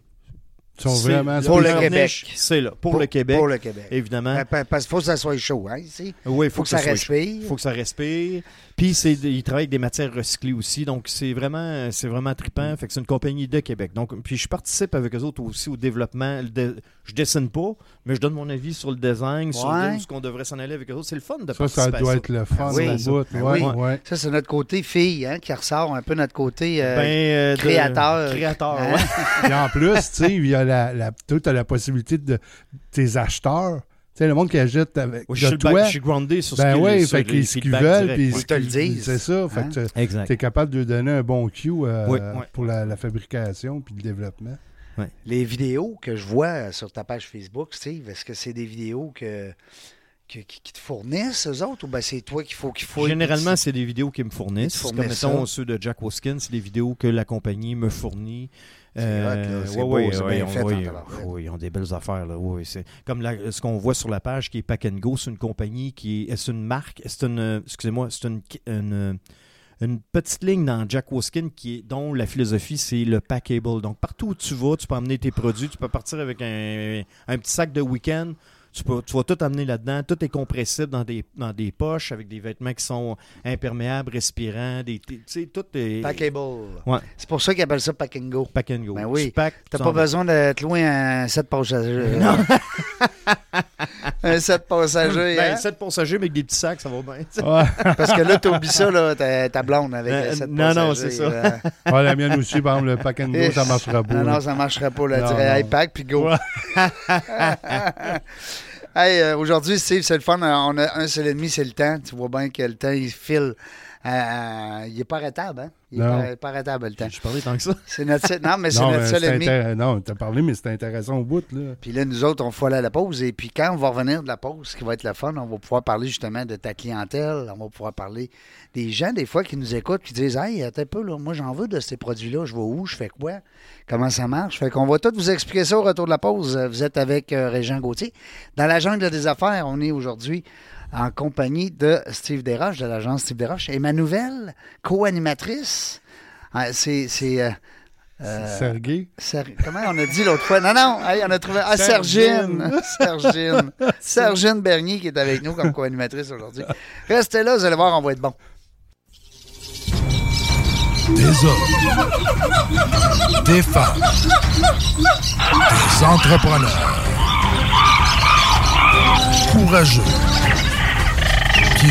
Speaker 2: Ils sont
Speaker 3: c'est-
Speaker 2: vraiment
Speaker 1: Pour le
Speaker 3: leur
Speaker 1: Québec.
Speaker 3: niche, C'est là. Pour, le Québec,
Speaker 1: Pour le Québec.
Speaker 3: évidemment.
Speaker 1: Ben, pa- Parce qu'il faut que ça soit chaud, hein, ici.
Speaker 3: oui, il
Speaker 1: Il faut que ça
Speaker 3: soit
Speaker 1: respire.
Speaker 3: faut Hein? que ça respire. Puis c'est ils travaillent avec des matières recyclées aussi, donc c'est vraiment c'est vraiment trippant. Fait que c'est une compagnie de Québec. Donc puis je participe avec eux autres aussi au développement. Le dé- je dessine pas, mais je donne mon avis sur le design, sur
Speaker 1: Ouais.
Speaker 3: le- ce qu'on devrait s'en aller avec eux autres. C'est le fun de
Speaker 2: Ça,
Speaker 3: participer.
Speaker 2: ça
Speaker 3: à
Speaker 2: doit
Speaker 3: ça.
Speaker 2: être le fun
Speaker 1: Ah
Speaker 2: au
Speaker 1: oui.
Speaker 2: bout.
Speaker 1: Ah
Speaker 2: ouais,
Speaker 1: oui.
Speaker 2: ouais.
Speaker 1: Ça, c'est notre côté fille, hein, qui ressort un peu notre côté... euh,
Speaker 3: Ben, euh, de-
Speaker 1: créateur.
Speaker 3: Créateur,
Speaker 1: Hein?
Speaker 3: ouais.
Speaker 2: Et en plus, tu sais, il y a la, la, toi, t'as la possibilité de tes acheteurs, tu sais, le monde qui achète avec
Speaker 3: Ouais, Je
Speaker 2: de
Speaker 3: suis, le
Speaker 2: toi.
Speaker 3: back- je suis groundé sur ce
Speaker 2: ben
Speaker 3: qu'ils
Speaker 2: oui,
Speaker 3: sur
Speaker 2: fait
Speaker 3: les
Speaker 2: qu'ils ce qu'ils
Speaker 3: feedbacks
Speaker 2: veulent,
Speaker 3: directs,
Speaker 2: puis
Speaker 1: Ils
Speaker 2: ce
Speaker 1: te le
Speaker 2: qu'ils-
Speaker 1: disent.
Speaker 2: C'est ça, fait
Speaker 1: Hein?
Speaker 2: que
Speaker 3: ouais. Exact.
Speaker 2: tu es capable de donner un bon cue euh,
Speaker 3: Oui, oui.
Speaker 2: pour la, la fabrication puis le développement.
Speaker 1: Les vidéos que je vois sur ta page Facebook, Steve, est-ce que c'est des vidéos que, que- qui, qui te fournissent, eux autres, ou ben c'est toi qu'il faut qu'il faut.
Speaker 3: Généralement, c'est des vidéos qu'ils me fournissent.
Speaker 1: Ils te
Speaker 3: Comme
Speaker 1: fournissent
Speaker 3: mettons
Speaker 1: ça.
Speaker 3: ceux de Jack Waskins, c'est des vidéos que la compagnie me fournit. Euh,
Speaker 1: C'est hot, là. C'est
Speaker 3: ouais,
Speaker 1: beau,
Speaker 3: ouais,
Speaker 1: c'est
Speaker 3: ouais,
Speaker 1: bien
Speaker 3: on
Speaker 1: fait,
Speaker 3: voit,
Speaker 1: en
Speaker 3: euh,
Speaker 1: tabarouette.
Speaker 3: ouais, ils ont des belles affaires. Là. ouais, c'est comme la- ce qu'on voit sur la page qui est Pack and Go, c'est une compagnie qui est, c'est une marque, c'est une, euh, excusez-moi, c'est une, une, euh, une petite ligne dans Jack Waskins qui est, dont la philosophie c'est le packable. Donc partout où tu vas, tu peux emmener tes produits, tu peux partir avec un, un petit sac de week-end. Tu, peux, tu vas tout amener là-dedans, tout est compressible dans des, dans des poches avec des vêtements qui sont imperméables, respirants, des, tu sais, tout est
Speaker 1: Packable.
Speaker 3: Ouais.
Speaker 1: C'est pour ça qu'ils appellent ça pack and go.
Speaker 3: pack and go.
Speaker 1: Ben oui.
Speaker 3: Tu packs,
Speaker 1: T'as
Speaker 3: tu
Speaker 1: pas
Speaker 3: en vas.
Speaker 1: besoin de te louer un 7 passagers. Non. un 7 passagers.
Speaker 3: Ben,
Speaker 1: hein?
Speaker 3: 7 passagers, mais avec des petits sacs, ça va bien. tu sais.
Speaker 1: Parce que là, t'oublies ça, là, ta, ta blonde avec
Speaker 3: Euh,
Speaker 1: le euh, 7 passagers.
Speaker 3: non, non, c'est ça.
Speaker 1: là.
Speaker 2: Ah, la mienne aussi, par exemple, le pack and go, ça marchera pas.
Speaker 1: Non,
Speaker 2: là.
Speaker 1: non, ça marcherait pas. Là.
Speaker 2: Non,
Speaker 1: Tu dirais, hey,
Speaker 2: non.
Speaker 1: pack, puis go. hey, euh, aujourd'hui, Steve, c'est le fun. Euh, On a un seul et demi, c'est le temps. Tu vois bien que le temps, il file Euh, il est pas arrêtable, hein? Il
Speaker 2: Non.
Speaker 1: est pas, pas arrêtable, le temps.
Speaker 3: Je parlais tant que ça.
Speaker 1: C'est notre seul- Non, mais c'est
Speaker 2: Non,
Speaker 1: notre
Speaker 2: mais
Speaker 1: seul
Speaker 2: c'est
Speaker 1: ennemi.
Speaker 2: intér- Non, t'as parlé, mais c'est intéressant au bout, là.
Speaker 1: Puis là, nous autres, on faut aller à la pause. Et puis quand on va revenir de la pause, ce qui va être le fun, on va pouvoir parler justement de ta clientèle. On va pouvoir parler des gens, des fois, qui nous écoutent, qui disent Hey, attends un peu, là, moi j'en veux de ces produits-là. Je vais où, je fais quoi, comment ça marche. Fait qu'on va tout vous expliquer ça au retour de la pause. Vous êtes avec euh, Régent Gauthier. Dans la jungle des affaires, on est aujourd'hui en compagnie de Steve Desroches, de l'agence Steve Desroches. Et ma nouvelle co-animatrice, ah, c'est. c'est, euh, euh,
Speaker 2: Sergué.
Speaker 1: Ser- Comment on a dit l'autre fois? Non, non, hey, on a trouvé. Ah, Sergine!
Speaker 2: Sergine.
Speaker 1: Sergine! Sergine Bernier qui est avec nous comme co-animatrice aujourd'hui. Restez là, vous allez voir, on va être bon.
Speaker 4: Des hommes. Des femmes. Des entrepreneurs. Courageux. Qui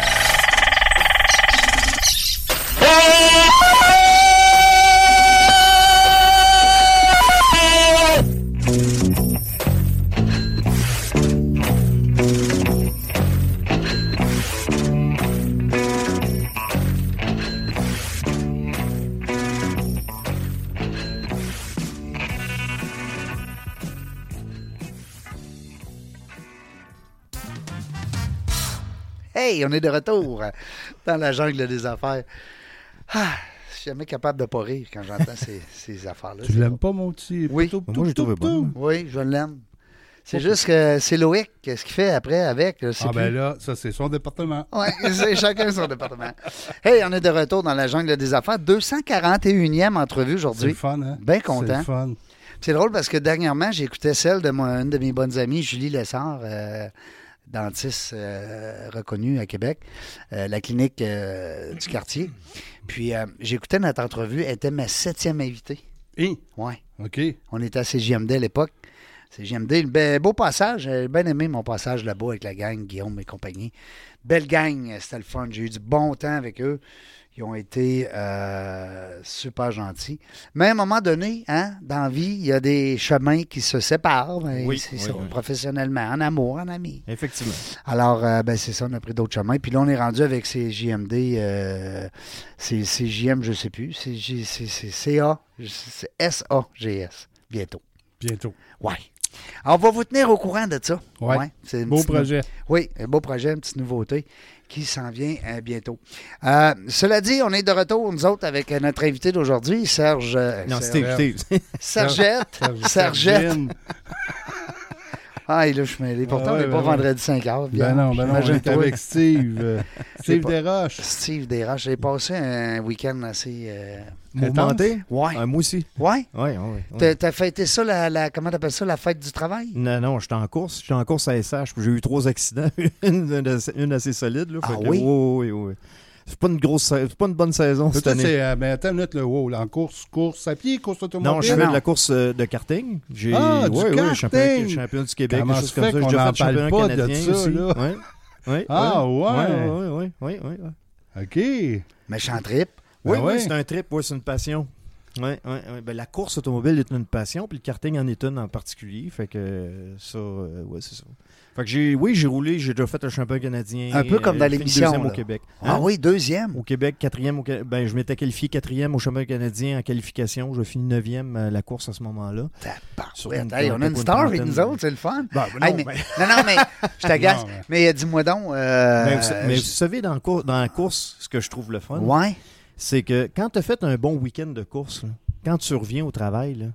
Speaker 1: Hey, on est de retour dans la jungle des affaires. Ah, je suis jamais capable de pas rire quand j'entends ces, ces affaires-là.
Speaker 2: Tu l'aimes pas, mon petit?
Speaker 1: Oui.
Speaker 2: Poutou,
Speaker 3: Moi, j'ai
Speaker 2: poutou,
Speaker 3: trouvé
Speaker 2: poutou.
Speaker 3: bon.
Speaker 1: Oui, je l'aime. C'est juste que c'est Loïc, qu'est-ce qu'il fait après avec? je sais
Speaker 2: Ah, ben
Speaker 1: plus.
Speaker 2: là, ça, c'est son département.
Speaker 1: Ouais, c'est chacun son département. Hey, on est de retour dans la jungle des affaires. 241e entrevue
Speaker 2: C'est le
Speaker 1: aujourd'hui.
Speaker 2: fun, hein?
Speaker 1: Bien
Speaker 2: C'est
Speaker 1: content.
Speaker 2: le fun.
Speaker 1: C'est drôle parce que dernièrement, j'écoutais celle de mon- une de mes bonnes amies, Julie Lessard, euh, dentiste euh, reconnue à Québec, euh, la clinique euh, du quartier. Puis euh, j'écoutais notre entrevue, elle était ma septième invitée.
Speaker 2: Hé,
Speaker 1: Ouais,
Speaker 2: Hein? OK.
Speaker 1: on était à CJMD à l'époque. CJMD, ben, beau passage, j'ai bien aimé mon passage là-bas avec la gang, Guillaume et compagnie. Belle gang, c'était le fun, j'ai eu du bon temps avec eux. Ils ont été euh, super gentils. Mais à un moment donné, hein, dans la vie, il y a des chemins qui se séparent. ben,
Speaker 3: Oui,
Speaker 1: c'est
Speaker 3: oui,
Speaker 1: ça,
Speaker 3: oui.
Speaker 1: Professionnellement, en amour, en ami.
Speaker 3: Effectivement.
Speaker 1: Alors, euh, ben, c'est ça, on a pris d'autres chemins. Puis là, on est rendu avec ces JMD, euh, ces ces JM, je sais plus, c'est G- c'est- c'est CA, c'est SAGS, bientôt.
Speaker 2: Bientôt.
Speaker 1: Ouais. Alors, on va vous tenir au courant de ça.
Speaker 2: Ouais.
Speaker 1: c'est une
Speaker 2: Beau
Speaker 1: petite nou-
Speaker 2: projet.
Speaker 1: oui, un beau projet, une petite nouveauté qui s'en vient euh, bientôt. Euh, cela dit, on est de retour, nous autres, avec euh, notre invité d'aujourd'hui, Serge. euh,
Speaker 3: Non,
Speaker 1: Serge-
Speaker 3: Steve, Steve.
Speaker 1: Sergette. Sergette.
Speaker 2: Sergine. Ben
Speaker 1: Ah, et là, je suis mêlé. Pourtant,
Speaker 2: Ah ouais,
Speaker 1: on n'est
Speaker 2: ben
Speaker 1: pas
Speaker 2: ouais.
Speaker 1: vendredi 5 heures.
Speaker 2: Ben non, ben non, on est
Speaker 1: Imagine-toi.
Speaker 2: avec Steve. euh, Steve
Speaker 1: pas-
Speaker 2: Desroches.
Speaker 1: Steve Desroches. J'ai passé un week-end assez. euh,
Speaker 3: Mouvementé?
Speaker 1: Ouais.
Speaker 3: Ah, moi aussi.
Speaker 1: Ouais.
Speaker 3: Ouais, ouais, ouais.
Speaker 1: T'as t'as fêté ça, la, la- comment t'appelles ça, la fête du
Speaker 2: Mm.
Speaker 1: travail?
Speaker 3: Non, non, j'étais en course. J'étais en course à SH. puis J'ai eu trois accidents. une, une assez- une assez solide. Là,
Speaker 1: Ah
Speaker 3: Fait que,
Speaker 1: oui?
Speaker 3: ouais, ouais, ouais. C'est pas une grosse, sa- c'est pas une bonne saison cette
Speaker 2: Peut-être
Speaker 3: année.
Speaker 2: c'est. euh, Mais attends une minute, le wow, là, en course, course à pied, course automobile.
Speaker 3: Non, je fais
Speaker 1: Non.
Speaker 3: de la course euh, de karting. J'ai,
Speaker 2: Ah, du karting!
Speaker 3: champion, champion du Québec,
Speaker 2: Comment
Speaker 3: des choses
Speaker 2: se
Speaker 3: comme
Speaker 2: fait
Speaker 3: ça. J'ai
Speaker 2: qu'on
Speaker 3: déjà
Speaker 2: en
Speaker 3: fait champion
Speaker 2: parle pas de
Speaker 3: canadien
Speaker 2: ça,
Speaker 3: aussi.
Speaker 2: là?
Speaker 3: Ouais. Ouais,
Speaker 2: Ah, ouais.
Speaker 3: Ouais, ouais, ouais, ouais, ouais.
Speaker 2: OK. Ben
Speaker 1: Méchant trip.
Speaker 3: Oui,
Speaker 2: ouais.
Speaker 3: oui, c'est un trip, oui, c'est une passion. Ouais, ouais, ouais. Ben, la course automobile est une passion, puis le karting en est une en particulier. Fait que euh, ça, euh, ouais, c'est ça. Fait que j'ai, oui, j'ai roulé, j'ai déjà fait un champion canadien.
Speaker 1: Un peu comme dans
Speaker 3: j'ai fini
Speaker 1: l'émission,
Speaker 3: Deuxième
Speaker 1: là.
Speaker 3: au Québec. Hein?
Speaker 1: Ah oui, deuxième.
Speaker 3: Au Québec, quatrième. Au, Ca- ben, je m'étais qualifié quatrième au championnat canadien en qualification. Je finis neuvième à la course à ce moment-là. Sur
Speaker 1: Tabarouette.
Speaker 3: une-
Speaker 1: Hey, on a une
Speaker 3: une
Speaker 1: star avec nous
Speaker 3: trentaine.
Speaker 1: autres, c'est le fun.
Speaker 3: Ben, ben,
Speaker 1: Hey,
Speaker 3: non,
Speaker 1: mais-
Speaker 3: ben-
Speaker 1: Bah, non, non, mais je t'agace.
Speaker 2: Non, mais-
Speaker 1: mais euh, dis-moi donc. euh,
Speaker 3: ben, vous, sa- mais vous savez, dans, le cour- dans la course, ce que je trouve le fun,
Speaker 1: ouais.
Speaker 3: c'est que quand tu as fait un bon week-end de course, là, quand tu reviens au travail, là,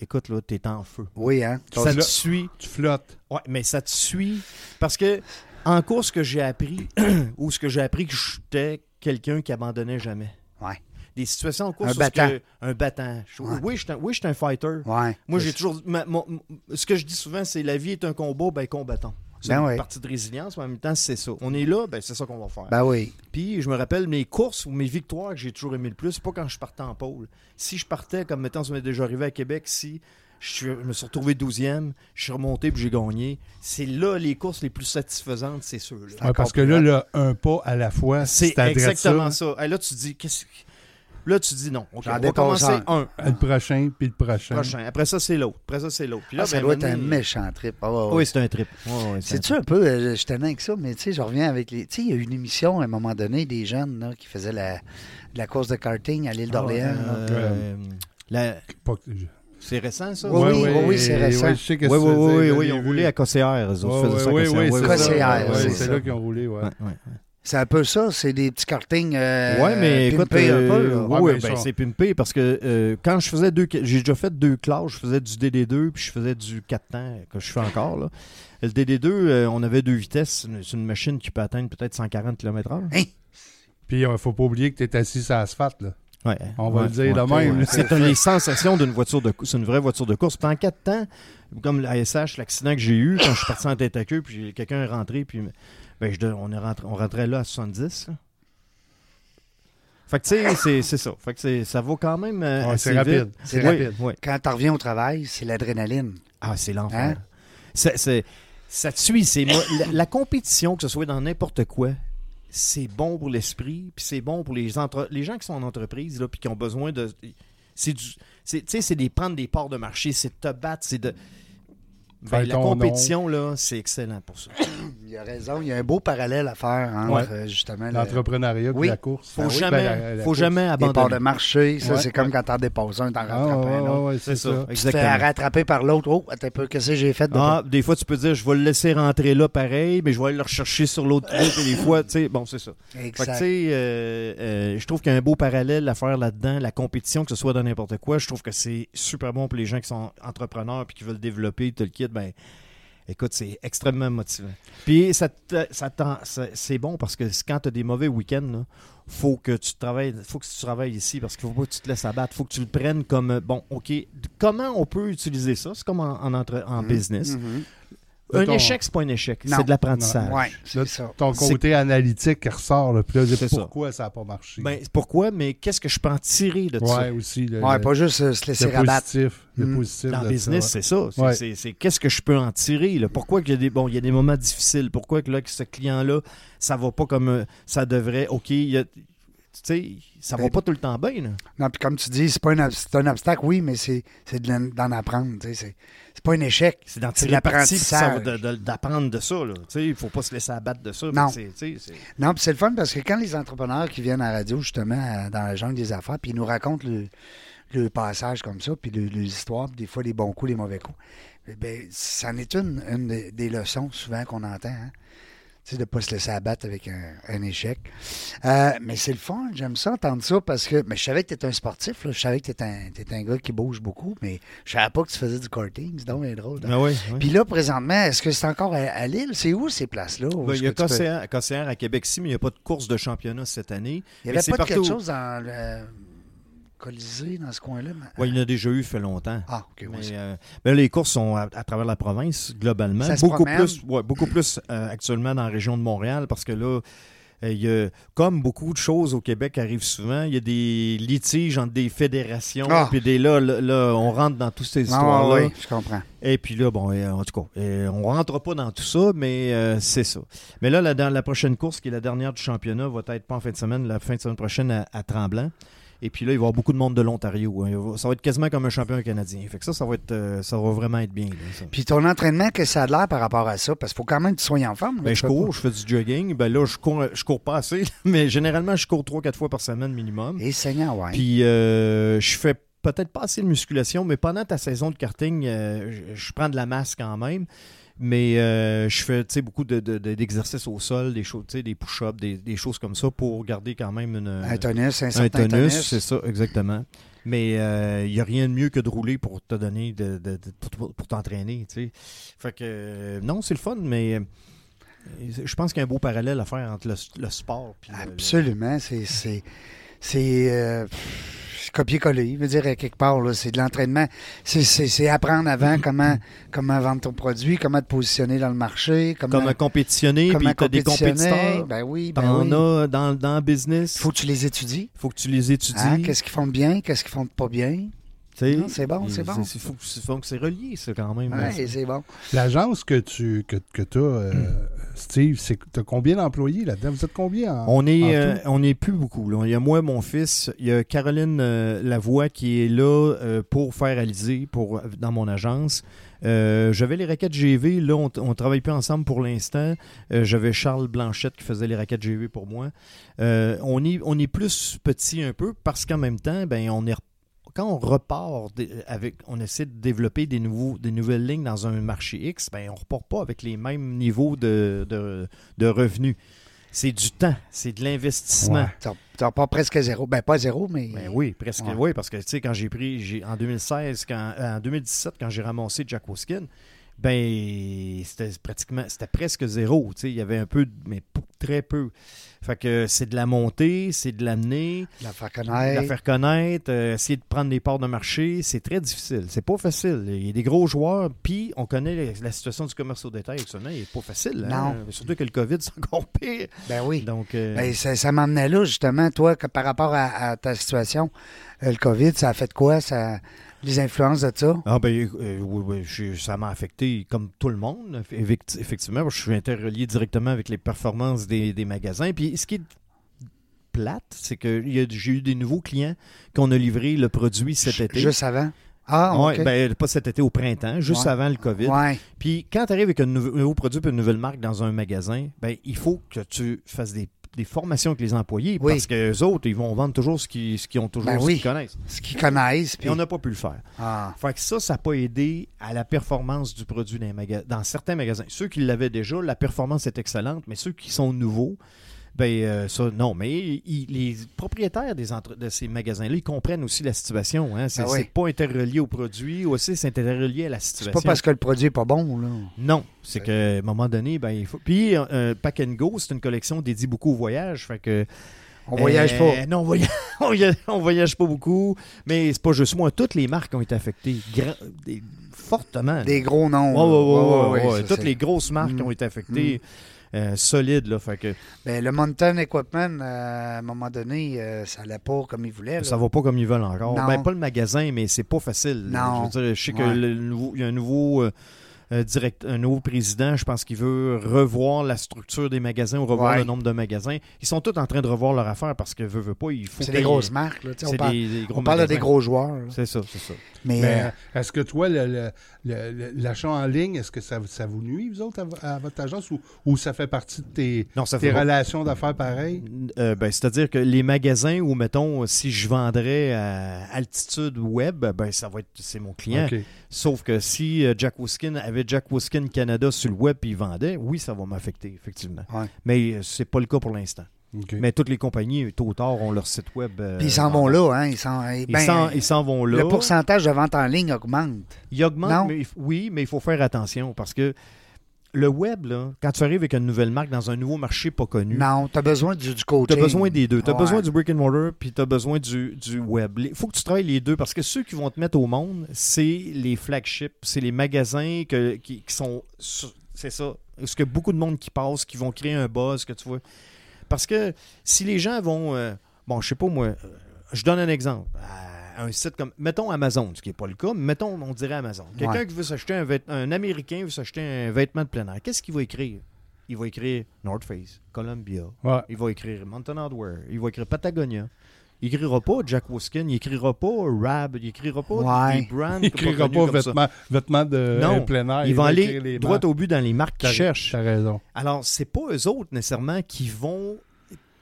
Speaker 3: écoute, là, tu es en feu.
Speaker 1: Oui, hein.
Speaker 3: Ça te
Speaker 2: là-
Speaker 3: suit.
Speaker 2: Tu flottes.
Speaker 3: Ouais, mais ça te suit. Parce que, en cours, ce que j'ai appris, ou ce que j'ai appris que j'étais quelqu'un qui abandonnait jamais.
Speaker 1: Ouais.
Speaker 3: Des situations en cours
Speaker 1: Un
Speaker 3: où ce que-
Speaker 1: battant.
Speaker 3: un battant. Je-
Speaker 1: Ouais.
Speaker 3: Oui, je suis un, oui, je suis un fighter.
Speaker 1: Ouais.
Speaker 3: Moi, j'ai toujours. ma- mon- ce que je dis souvent, c'est la vie est un combat, ben combattant. C'est
Speaker 1: Ben
Speaker 3: une
Speaker 1: ouais.
Speaker 3: partie de résilience, mais en même temps, c'est ça. On est là, ben c'est ça qu'on va faire.
Speaker 1: Ben oui.
Speaker 3: Puis je me rappelle mes courses ou mes victoires que j'ai toujours aimé le plus, c'est pas quand je partais en pôle. Si je partais, comme mettons, ça m'est déjà arrivé à Québec, si Je, suis- je me suis retrouvé 12e, je suis remonté puis j'ai gagné. C'est là les courses les plus satisfaisantes, c'est sûr. là.
Speaker 2: Ouais, parce que là, le un pas à la fois,
Speaker 3: C'est
Speaker 2: si t'adresses
Speaker 3: exactement ça. Et là, tu dis, qu'est-ce que- Là, tu dis non. Ok,
Speaker 1: J'en
Speaker 3: on va
Speaker 1: dépasse
Speaker 3: commencer
Speaker 1: un.
Speaker 3: un.
Speaker 2: Le prochain, puis le prochain.
Speaker 3: Prochain. Après ça, c'est l'autre. Après ça, c'est l'autre. Puis là,
Speaker 1: Ah, ça
Speaker 3: ben,
Speaker 1: doit être un
Speaker 3: maintenant,
Speaker 1: méchant trip. Ah, ouais, ouais.
Speaker 3: Oui, c'est un trip. Ouais, ouais, c'est un
Speaker 1: C'est-tu un peu, euh, je suis tannant avec ça, mais tu sais, je reviens avec les. Tu sais, il y a eu une émission à un moment donné des jeunes là, qui faisaient la, de la course de karting à l'île d'Orléans.
Speaker 3: Ah,
Speaker 1: là.
Speaker 3: euh, la-
Speaker 2: Pas que- je-
Speaker 3: C'est récent, ça?
Speaker 1: Oui, oui, oui, c'est récent.
Speaker 2: ouais, je sais
Speaker 3: oui,
Speaker 2: qu'est-ce
Speaker 3: oui,
Speaker 2: que tu veux
Speaker 3: oui, oui,
Speaker 2: dire,
Speaker 3: oui,
Speaker 2: j'ai
Speaker 3: on
Speaker 2: vu.
Speaker 3: roulait à Cossière. eux
Speaker 2: Ouais,
Speaker 3: autres faisaient ça à
Speaker 2: ouais, ouais,
Speaker 3: Cossière.
Speaker 2: c'est
Speaker 3: Ouais,
Speaker 2: ça.
Speaker 1: Cossière,
Speaker 2: Ouais,
Speaker 1: c'est
Speaker 2: c'est
Speaker 1: ça.
Speaker 2: là qu'ils ont roulé, ouais.
Speaker 3: Ouais, ouais.
Speaker 1: C'est un peu ça, c'est des petits kartings. euh,
Speaker 3: Ouais, mais écoute,
Speaker 1: pimpés un peu.
Speaker 3: euh,
Speaker 1: là.
Speaker 3: ouais,
Speaker 2: Ouais,
Speaker 3: ben,
Speaker 2: ben, ça.
Speaker 3: c'est pimpé parce que euh, quand je faisais deux, j'ai déjà fait deux classes, je faisais du DD2 puis je faisais du 4 temps que je fais encore. Là. Le DD2, euh, on avait deux vitesses, c'est une machine qui peut atteindre peut-être 140 km/h.
Speaker 2: Puis il faut pas oublier que t'es assis sur l'asphalte, là.
Speaker 3: Ouais,
Speaker 2: On va le dire de
Speaker 3: ouais,
Speaker 2: même,
Speaker 3: ouais.
Speaker 2: là.
Speaker 3: C'est une- les sensations d'une voiture de cou- c'est une vraie voiture de course. Puis en quatre temps, comme la SH, l'accident que j'ai eu quand je suis parti en tête à queue, puis quelqu'un est rentré, puis ben, je de- on, est rentré, on rentrait là à 70. là. Fait que tu sais, c'est- c'est ça. Fait que c'est- ça vaut quand même. euh,
Speaker 2: Ouais,
Speaker 3: assez
Speaker 2: c'est rapide.
Speaker 3: vite.
Speaker 2: C'est
Speaker 3: Oui,
Speaker 2: rapide.
Speaker 3: oui.
Speaker 1: Quand tu reviens au travail, c'est l'adrénaline.
Speaker 3: Ah, c'est
Speaker 1: Hein?
Speaker 3: l'enfer. Ça, c'est- ça te suit. c'est mo- la, la compétition, que ce soit dans n'importe quoi, c'est bon pour l'esprit, puis c'est bon pour les, entre- les gens qui sont en entreprise, là, puis qui ont besoin de. C'est du. c'est- Tu sais, c'est des prendre des parts de marché, c'est de te battre, c'est de. Ben,
Speaker 2: Faire
Speaker 3: la
Speaker 2: ton nom. Ben
Speaker 3: compétition, là, c'est excellent pour ça.
Speaker 1: Il y a raison, il y a un beau parallèle à faire entre euh, justement le-
Speaker 2: L'entrepreneuriat
Speaker 1: Oui.
Speaker 2: puis la course.
Speaker 3: Faut
Speaker 2: Ah oui,
Speaker 3: jamais,
Speaker 2: ben, la- la
Speaker 3: faut
Speaker 2: course.
Speaker 3: jamais
Speaker 1: les parts de
Speaker 3: abandonner.
Speaker 1: marché. Ça,
Speaker 2: Ouais.
Speaker 1: c'est comme quand t'en déposes un, t'en
Speaker 2: Ah,
Speaker 1: rattrapes
Speaker 2: ouais,
Speaker 1: un autre.
Speaker 2: ouais, ouais, c'est ça.
Speaker 1: Tu te fais
Speaker 3: Exactement.
Speaker 1: rattraper par l'autre. Oh, attends un peu, qu'est-ce que j'ai fait de
Speaker 3: Ah, des fois, tu peux dire, je vais le laisser rentrer là pareil, mais je vais aller le rechercher sur l'autre route. Et des fois, tu sais, bon, c'est ça. Fait que,
Speaker 1: Exact.
Speaker 3: tu sais, euh, euh, je trouve qu'il y a un beau parallèle à faire là-dedans, la compétition, que ce soit dans n'importe quoi. Je trouve que c'est super bon pour les gens qui sont entrepreneurs puis qui veulent développer tout le kit. Ben, écoute, c'est extrêmement motivant. Puis, ça, te- ça, t'en- ça- c'est bon parce que quand tu as des mauvais week-ends, là, faut que tu travailles, faut que tu travailles ici parce qu'il faut pas que tu te laisses abattre. faut que tu le prennes comme, euh, bon, OK, comment on peut utiliser ça? C'est comme en, en entre- en business.
Speaker 1: Mhm.
Speaker 3: Un
Speaker 2: Ton-
Speaker 3: échec, c'est pas un échec.
Speaker 1: Non.
Speaker 3: C'est de l'apprentissage.
Speaker 1: Ouais,
Speaker 2: Là,
Speaker 1: c'est ça.
Speaker 2: Ton
Speaker 3: C'est-
Speaker 2: côté analytique qui ressort, là, puis là,
Speaker 3: C'est ça.
Speaker 2: pourquoi ça n'a pas marché.
Speaker 3: Ben, pourquoi? Mais qu'est-ce que je peux en tirer de ça?
Speaker 2: ouais, aussi. Le,
Speaker 1: Ouais,
Speaker 2: le-
Speaker 1: pas juste euh, se
Speaker 2: le
Speaker 1: laisser rabattre.
Speaker 2: positif.
Speaker 1: Mm.
Speaker 2: Le positif.
Speaker 3: Dans
Speaker 2: de
Speaker 3: le business,
Speaker 2: ça,
Speaker 3: c'est ça. C'est-
Speaker 2: Ouais.
Speaker 3: C'est c'est qu'est-ce que je peux en tirer. Là? Pourquoi qu'il y a des bon, il y a des moments difficiles. Pourquoi que là, que ce client-là, ça va pas comme euh, ça devrait. Ok, il y a- tu sais, ça va
Speaker 1: Ben,
Speaker 3: pas tout le temps bien. là.
Speaker 1: Non, puis comme tu dis, c'est pas un, ob- c'est un obstacle, oui, mais c'est c'est de l'en- d'en apprendre. tu sais, C'est c'est pas un échec.
Speaker 3: C'est d'en
Speaker 1: c'est
Speaker 3: tirer parti, puis ça va
Speaker 1: l'apprentissage.
Speaker 3: de- de- d'apprendre de, ça. là. Tu sais, il faut pas se laisser abattre de ça.
Speaker 1: Non.
Speaker 3: Fait que c'est- tu sais, c'est-
Speaker 1: Non, puis c'est le fun parce que quand les entrepreneurs qui viennent à la radio, justement, à- dans la jungle des affaires, puis ils nous racontent le, le passage comme ça, puis le- les histoires, puis des fois les bons coups, les mauvais coups, eh ben, ça en est une, une des, des leçons souvent qu'on entend. Hein? Tu sais, de ne pas se laisser abattre avec un, un échec. Euh, mais c'est le fun, j'aime ça, entendre ça, parce que mais je savais que tu étais un sportif, là, je savais que tu un, t'es un gars qui bouge beaucoup, mais je savais pas que tu faisais du karting, c'est donc bien drôle. hein.
Speaker 3: Ah ouais, ouais.
Speaker 1: Puis là, présentement, est-ce que c'est encore à, à Lille? C'est où ces places-là? Où
Speaker 3: Ben,
Speaker 1: est-ce
Speaker 3: il y a
Speaker 1: que tu peux-
Speaker 3: Cossère à Québec-Ci, mais il n'y a pas de course de championnat cette année.
Speaker 1: Il n'y
Speaker 3: Mais
Speaker 1: avait
Speaker 3: c'est
Speaker 1: pas de quelque
Speaker 3: partout.
Speaker 1: chose dans le Colisée, dans ce coin-là. mais-
Speaker 3: Ouais, il y en a déjà eu, fait longtemps.
Speaker 1: Ah, ok,
Speaker 3: Mais,
Speaker 1: oui. c'est-
Speaker 3: euh, ben, les courses sont à, à travers la province, globalement.
Speaker 1: Ça se
Speaker 3: beaucoup,
Speaker 1: promène.
Speaker 3: plus, ouais, beaucoup plus euh, actuellement dans la région de Montréal, parce que là, euh, il y a- comme beaucoup de choses au Québec arrivent souvent, il y a des litiges entre des fédérations,
Speaker 1: Ah.
Speaker 3: puis des là, là, là, on rentre dans toutes ces
Speaker 1: Ah,
Speaker 3: histoires-là.
Speaker 1: ouais, je comprends.
Speaker 3: Et puis là, bon, euh, en tout cas, euh, on rentre pas dans tout ça, mais euh, c'est ça. Mais là, la, la prochaine course, qui est la dernière du championnat, va être pas en fin de semaine, la fin de semaine prochaine à, à Tremblant. Et puis là, il va y avoir beaucoup de monde de l'Ontario. hein. Il va- Ça va être quasiment comme un champion canadien. Fait que ça, ça va être, euh, ça va vraiment être bien. là, ça.
Speaker 1: Puis ton entraînement, qu'est-ce que ça a de l'air par rapport à ça? Parce qu'il faut quand même que tu sois en forme. là,
Speaker 3: Ben,
Speaker 1: tu
Speaker 3: je
Speaker 1: peux
Speaker 3: cours,
Speaker 1: pas-
Speaker 3: je fais du jogging. Ben là, je cours, je cours pas assez, mais généralement, je cours 3-4 fois par semaine minimum.
Speaker 1: Et Seigneur, ouais.
Speaker 3: Puis euh, je fais peut-être pas assez de musculation, mais pendant ta saison de karting, euh, je, je prends de la masse quand même. Mais euh, je fais tu sais, beaucoup de- de- de- d'exercices au sol, des choses, tu sais, des push-ups, des, des choses comme ça pour garder quand même une,
Speaker 1: un tonus, un
Speaker 3: un
Speaker 1: certain tonus.
Speaker 3: c'est ça, exactement. Mais euh, il n'y a rien de mieux que de rouler pour te donner de, de- de- pour- pour, pour t'entraîner. tu sais. Fait que euh, non, c'est le fun, mais euh, je pense qu'il y a un beau parallèle à faire entre le, le sport puis le- le-
Speaker 1: Absolument. C'est- C'est. C'est. euh, pff, c'est copier-coller, je veux dire, à quelque part, là, c'est de l'entraînement. C'est- C'est c'est apprendre avant
Speaker 3: Mm-hmm.
Speaker 1: comment, comment vendre ton produit, comment te positionner dans le marché, comment,
Speaker 3: comment compétitionner,
Speaker 1: comment
Speaker 3: puis t'as des
Speaker 1: compétitionner.
Speaker 3: compétiteurs.
Speaker 1: Ben oui, ben
Speaker 3: T'en
Speaker 1: oui.
Speaker 3: as dans, dans le business.
Speaker 1: Faut
Speaker 3: Faut,
Speaker 1: que tu les étudies.
Speaker 3: faut que tu les étudies.
Speaker 1: Ah, Hein, Qu'est-ce qu'ils font de bien, qu'est-ce qu'ils font de pas bien.
Speaker 3: Tu sais,
Speaker 1: Non, c'est bon, c'est bon.
Speaker 3: Il faut, que- faut que c'est relié, ça, quand même.
Speaker 1: Ouais, c'est bon.
Speaker 2: L'agence que tu que, que t'as, euh, Steve, c'est que t'as combien d'employés là-dedans? Vous êtes combien en-
Speaker 3: On est,
Speaker 2: en
Speaker 3: euh,
Speaker 2: tout?
Speaker 3: on est plus beaucoup. là. Il y a moi, mon fils, il y a Caroline euh, Lavoie qui est là euh, pour faire Alizé pour, dans mon agence. Euh, J'avais les raquettes GV, là, on ne travaille plus ensemble pour l'instant. Euh, J'avais Charles Blanchette qui faisait les raquettes GV pour moi. Euh, on, est, on est plus petit un peu parce qu'en même temps, ben, on est quand on repart dé- avec, on essaie de développer des, nouveaux, des nouvelles lignes dans un marché X, ben, on repart pas avec les mêmes niveaux de, de, de revenus. C'est du temps, c'est de l'investissement.
Speaker 2: Ouais.
Speaker 1: T'en- T'en pas presque à zéro. Ben, pas à zéro, mais.
Speaker 3: Ben oui, presque
Speaker 1: Ouais.
Speaker 3: oui, parce que tu sais, quand j'ai pris, j'ai, en 2016, quand, euh, en 2017, quand j'ai ramassé Jack Hoskin, ben c'était pratiquement, c'était presque zéro. Tu sais, il y avait un peu, de- mais p- très peu. Fait que c'est de la montée, c'est de l'amener,
Speaker 1: La faire
Speaker 3: de la
Speaker 1: connaître.
Speaker 3: faire connaître, euh, essayer de prendre les parts de marché, c'est très difficile. C'est pas facile. Il y a des gros joueurs, puis on connaît la, la situation du commerce au détail. Ce n'est pas facile. hein. Surtout que le COVID, c'est encore pire.
Speaker 1: Ben oui.
Speaker 3: Donc, euh,
Speaker 1: Ben, ça ça m'emmenait là, justement, toi, que par rapport à, à ta situation, euh, le COVID, ça a fait quoi? Ça, les influences de ça?
Speaker 3: Ah ben euh, oui, oui, je- ça m'a affecté comme tout le monde, effect- effectivement. Je suis interrelié directement avec les performances des, des magasins. Puis ce qui est plate, c'est que il y a- j'ai eu des nouveaux clients qu'on a livré le produit cet
Speaker 1: J-
Speaker 3: été.
Speaker 1: Juste avant? Ah,
Speaker 3: Ouais,
Speaker 1: OK.
Speaker 3: ben, pas cet été, au printemps, juste
Speaker 1: Ouais.
Speaker 3: avant le COVID.
Speaker 1: ouais.
Speaker 3: Puis quand tu arrives avec un nou- nouveau produit et une nouvelle marque dans un magasin, ben il faut que tu fasses des, des formations avec les employés
Speaker 1: Oui.
Speaker 3: parce que les autres, ils vont vendre toujours ce qu'ils ce qu'ils ont toujours,
Speaker 1: Ben
Speaker 3: ce
Speaker 1: oui.
Speaker 3: qu'ils connaissent.
Speaker 1: Ce qu'ils connaissent.
Speaker 3: Puis
Speaker 1: Puis...
Speaker 3: on n'a pas pu le faire.
Speaker 1: Ah,
Speaker 3: Fait que ça, ça n'a pas aidé à la performance du produit dans, les maga- dans certains magasins. Ceux qui l'avaient déjà, la performance est excellente, mais ceux qui sont nouveaux, ben euh, ça, non. Mais ils- les propriétaires des entre- de ces magasins-là, ils comprennent aussi la situation. Hein. C'est
Speaker 1: Ah oui.
Speaker 3: c'est pas interrelié au produit, aussi c'est interrelié à la
Speaker 1: c'est
Speaker 3: situation.
Speaker 1: pas parce que le produit est pas bon, là.
Speaker 3: Non, c'est qu'à un moment donné, ben, il faut... Puis, euh, Pack and Go, c'est une collection dédiée beaucoup au voyage, fait que...
Speaker 1: On voyage pas.
Speaker 3: Euh, Non, on voyage, on voyage- on voyage pas beaucoup, mais c'est pas juste moi. Toutes les marques ont été affectées gra- des- fortement.
Speaker 1: Des gros noms.
Speaker 3: Ouais,
Speaker 1: là.
Speaker 3: ouais, ouais, ouais,
Speaker 1: Ouais, ouais,
Speaker 3: ouais.
Speaker 1: ça,
Speaker 3: Toutes
Speaker 1: c'est- Mm.
Speaker 3: les grosses marques ont été affectées euh, solides. Là, fait que
Speaker 1: Ben, le Mountain Equipment, euh, à un moment donné, euh, ça allait pas comme il voulait. là.
Speaker 3: ça va pas comme ils veulent encore.
Speaker 1: Non.
Speaker 3: Ben, pas le magasin, mais c'est pas facile.
Speaker 1: Non.
Speaker 3: Je, veux dire, je sais que
Speaker 1: Ouais.
Speaker 3: le nouveau- il y a un nouveau. euh, euh, direct, un nouveau président, je pense qu'il veut revoir la structure des magasins ou revoir
Speaker 1: Ouais.
Speaker 3: le nombre de magasins. Ils sont tous en train de revoir leur affaire parce que veut, veut pas, il faut
Speaker 1: C'est
Speaker 3: que-
Speaker 1: des grosses marques. Là, tu sais, on
Speaker 3: c'est
Speaker 1: parle,
Speaker 3: des, des gros
Speaker 1: on parle de des
Speaker 3: magasins. Ben,
Speaker 1: gros joueurs. là.
Speaker 3: C'est ça, c'est ça.
Speaker 1: Mais,
Speaker 2: Mais,
Speaker 1: euh,
Speaker 2: euh, est-ce que toi, le- le- le- le- l'achat en ligne, est-ce que ça, ça vous nuit, vous autres, à, vo- à votre agence, ou, ou ça fait partie de tes,
Speaker 3: Non, ça
Speaker 2: tes
Speaker 3: fait pas-
Speaker 2: relations d'affaires pareilles?
Speaker 3: Euh, ben, C'est-à-dire que les magasins où, mettons, si je vendrais à altitude web, ben, ça va être, c'est mon client.
Speaker 2: Ok.
Speaker 3: Sauf que si euh, Jack Woskin avait Jack Woskin Canada sur le web et il vendait, oui, ça va m'affecter, effectivement.
Speaker 1: Ouais.
Speaker 3: Mais euh, c'est pas le cas pour l'instant.
Speaker 2: Ok.
Speaker 3: Mais toutes les compagnies, tôt ou tard, ont leur site web. euh,
Speaker 1: puis ils s'en vont
Speaker 3: en-
Speaker 1: là. Hein, ils s'en, eh,
Speaker 3: Ils
Speaker 1: ben,
Speaker 3: s'en- ils s'en vont là.
Speaker 1: Le pourcentage de vente en ligne augmente.
Speaker 3: Il
Speaker 1: Non.
Speaker 3: augmente, mais il f- oui, mais il faut faire attention parce que le web, là, quand tu arrives avec une nouvelle marque dans un nouveau marché pas connu,
Speaker 1: Non, tu as besoin du, du
Speaker 3: Tu
Speaker 1: coaching.
Speaker 3: as Hmm. besoin des deux. Tu as
Speaker 1: Ouais.
Speaker 3: besoin du brick and mortar, puis tu as besoin du, du web. Il faut que tu travailles les deux parce que ceux qui vont te mettre au monde, c'est les flagships, c'est les magasins que- qui, qui sont. sur- C'est ça. Ce que beaucoup de monde qui passe, qui vont créer un buzz, que tu vois. Parce que si les gens vont. euh, bon, je sais pas moi. euh, je donne un exemple. À un site comme. Mettons Amazon, ce qui n'est pas le cas, mais mettons, on dirait Amazon. Quelqu'un
Speaker 1: Ouais.
Speaker 3: qui veut s'acheter un vêtement. Un Américain veut s'acheter un vêtement de plein air. Qu'est-ce qu'il va écrire Il va écrire North Face, Columbia,
Speaker 2: Ouais.
Speaker 3: il va écrire Mountain Hardware. Il va écrire Patagonia. Il écrira pas Jack Woskin. Il écrira pas Rab. Il écrira pas
Speaker 1: Ouais.
Speaker 3: des brands.
Speaker 2: Il n'écrira
Speaker 3: connus
Speaker 2: pas
Speaker 3: comme ça.
Speaker 2: vêtements, vêtements de
Speaker 3: Non.
Speaker 2: euh, plein air.
Speaker 3: Ils vont
Speaker 2: écrire
Speaker 3: aller
Speaker 2: les
Speaker 3: droit
Speaker 2: marques.
Speaker 3: au but dans les marques qu'ils
Speaker 2: T'as-
Speaker 3: cherchent.
Speaker 2: T'as raison.
Speaker 3: Alors, c'est pas eux autres nécessairement qui vont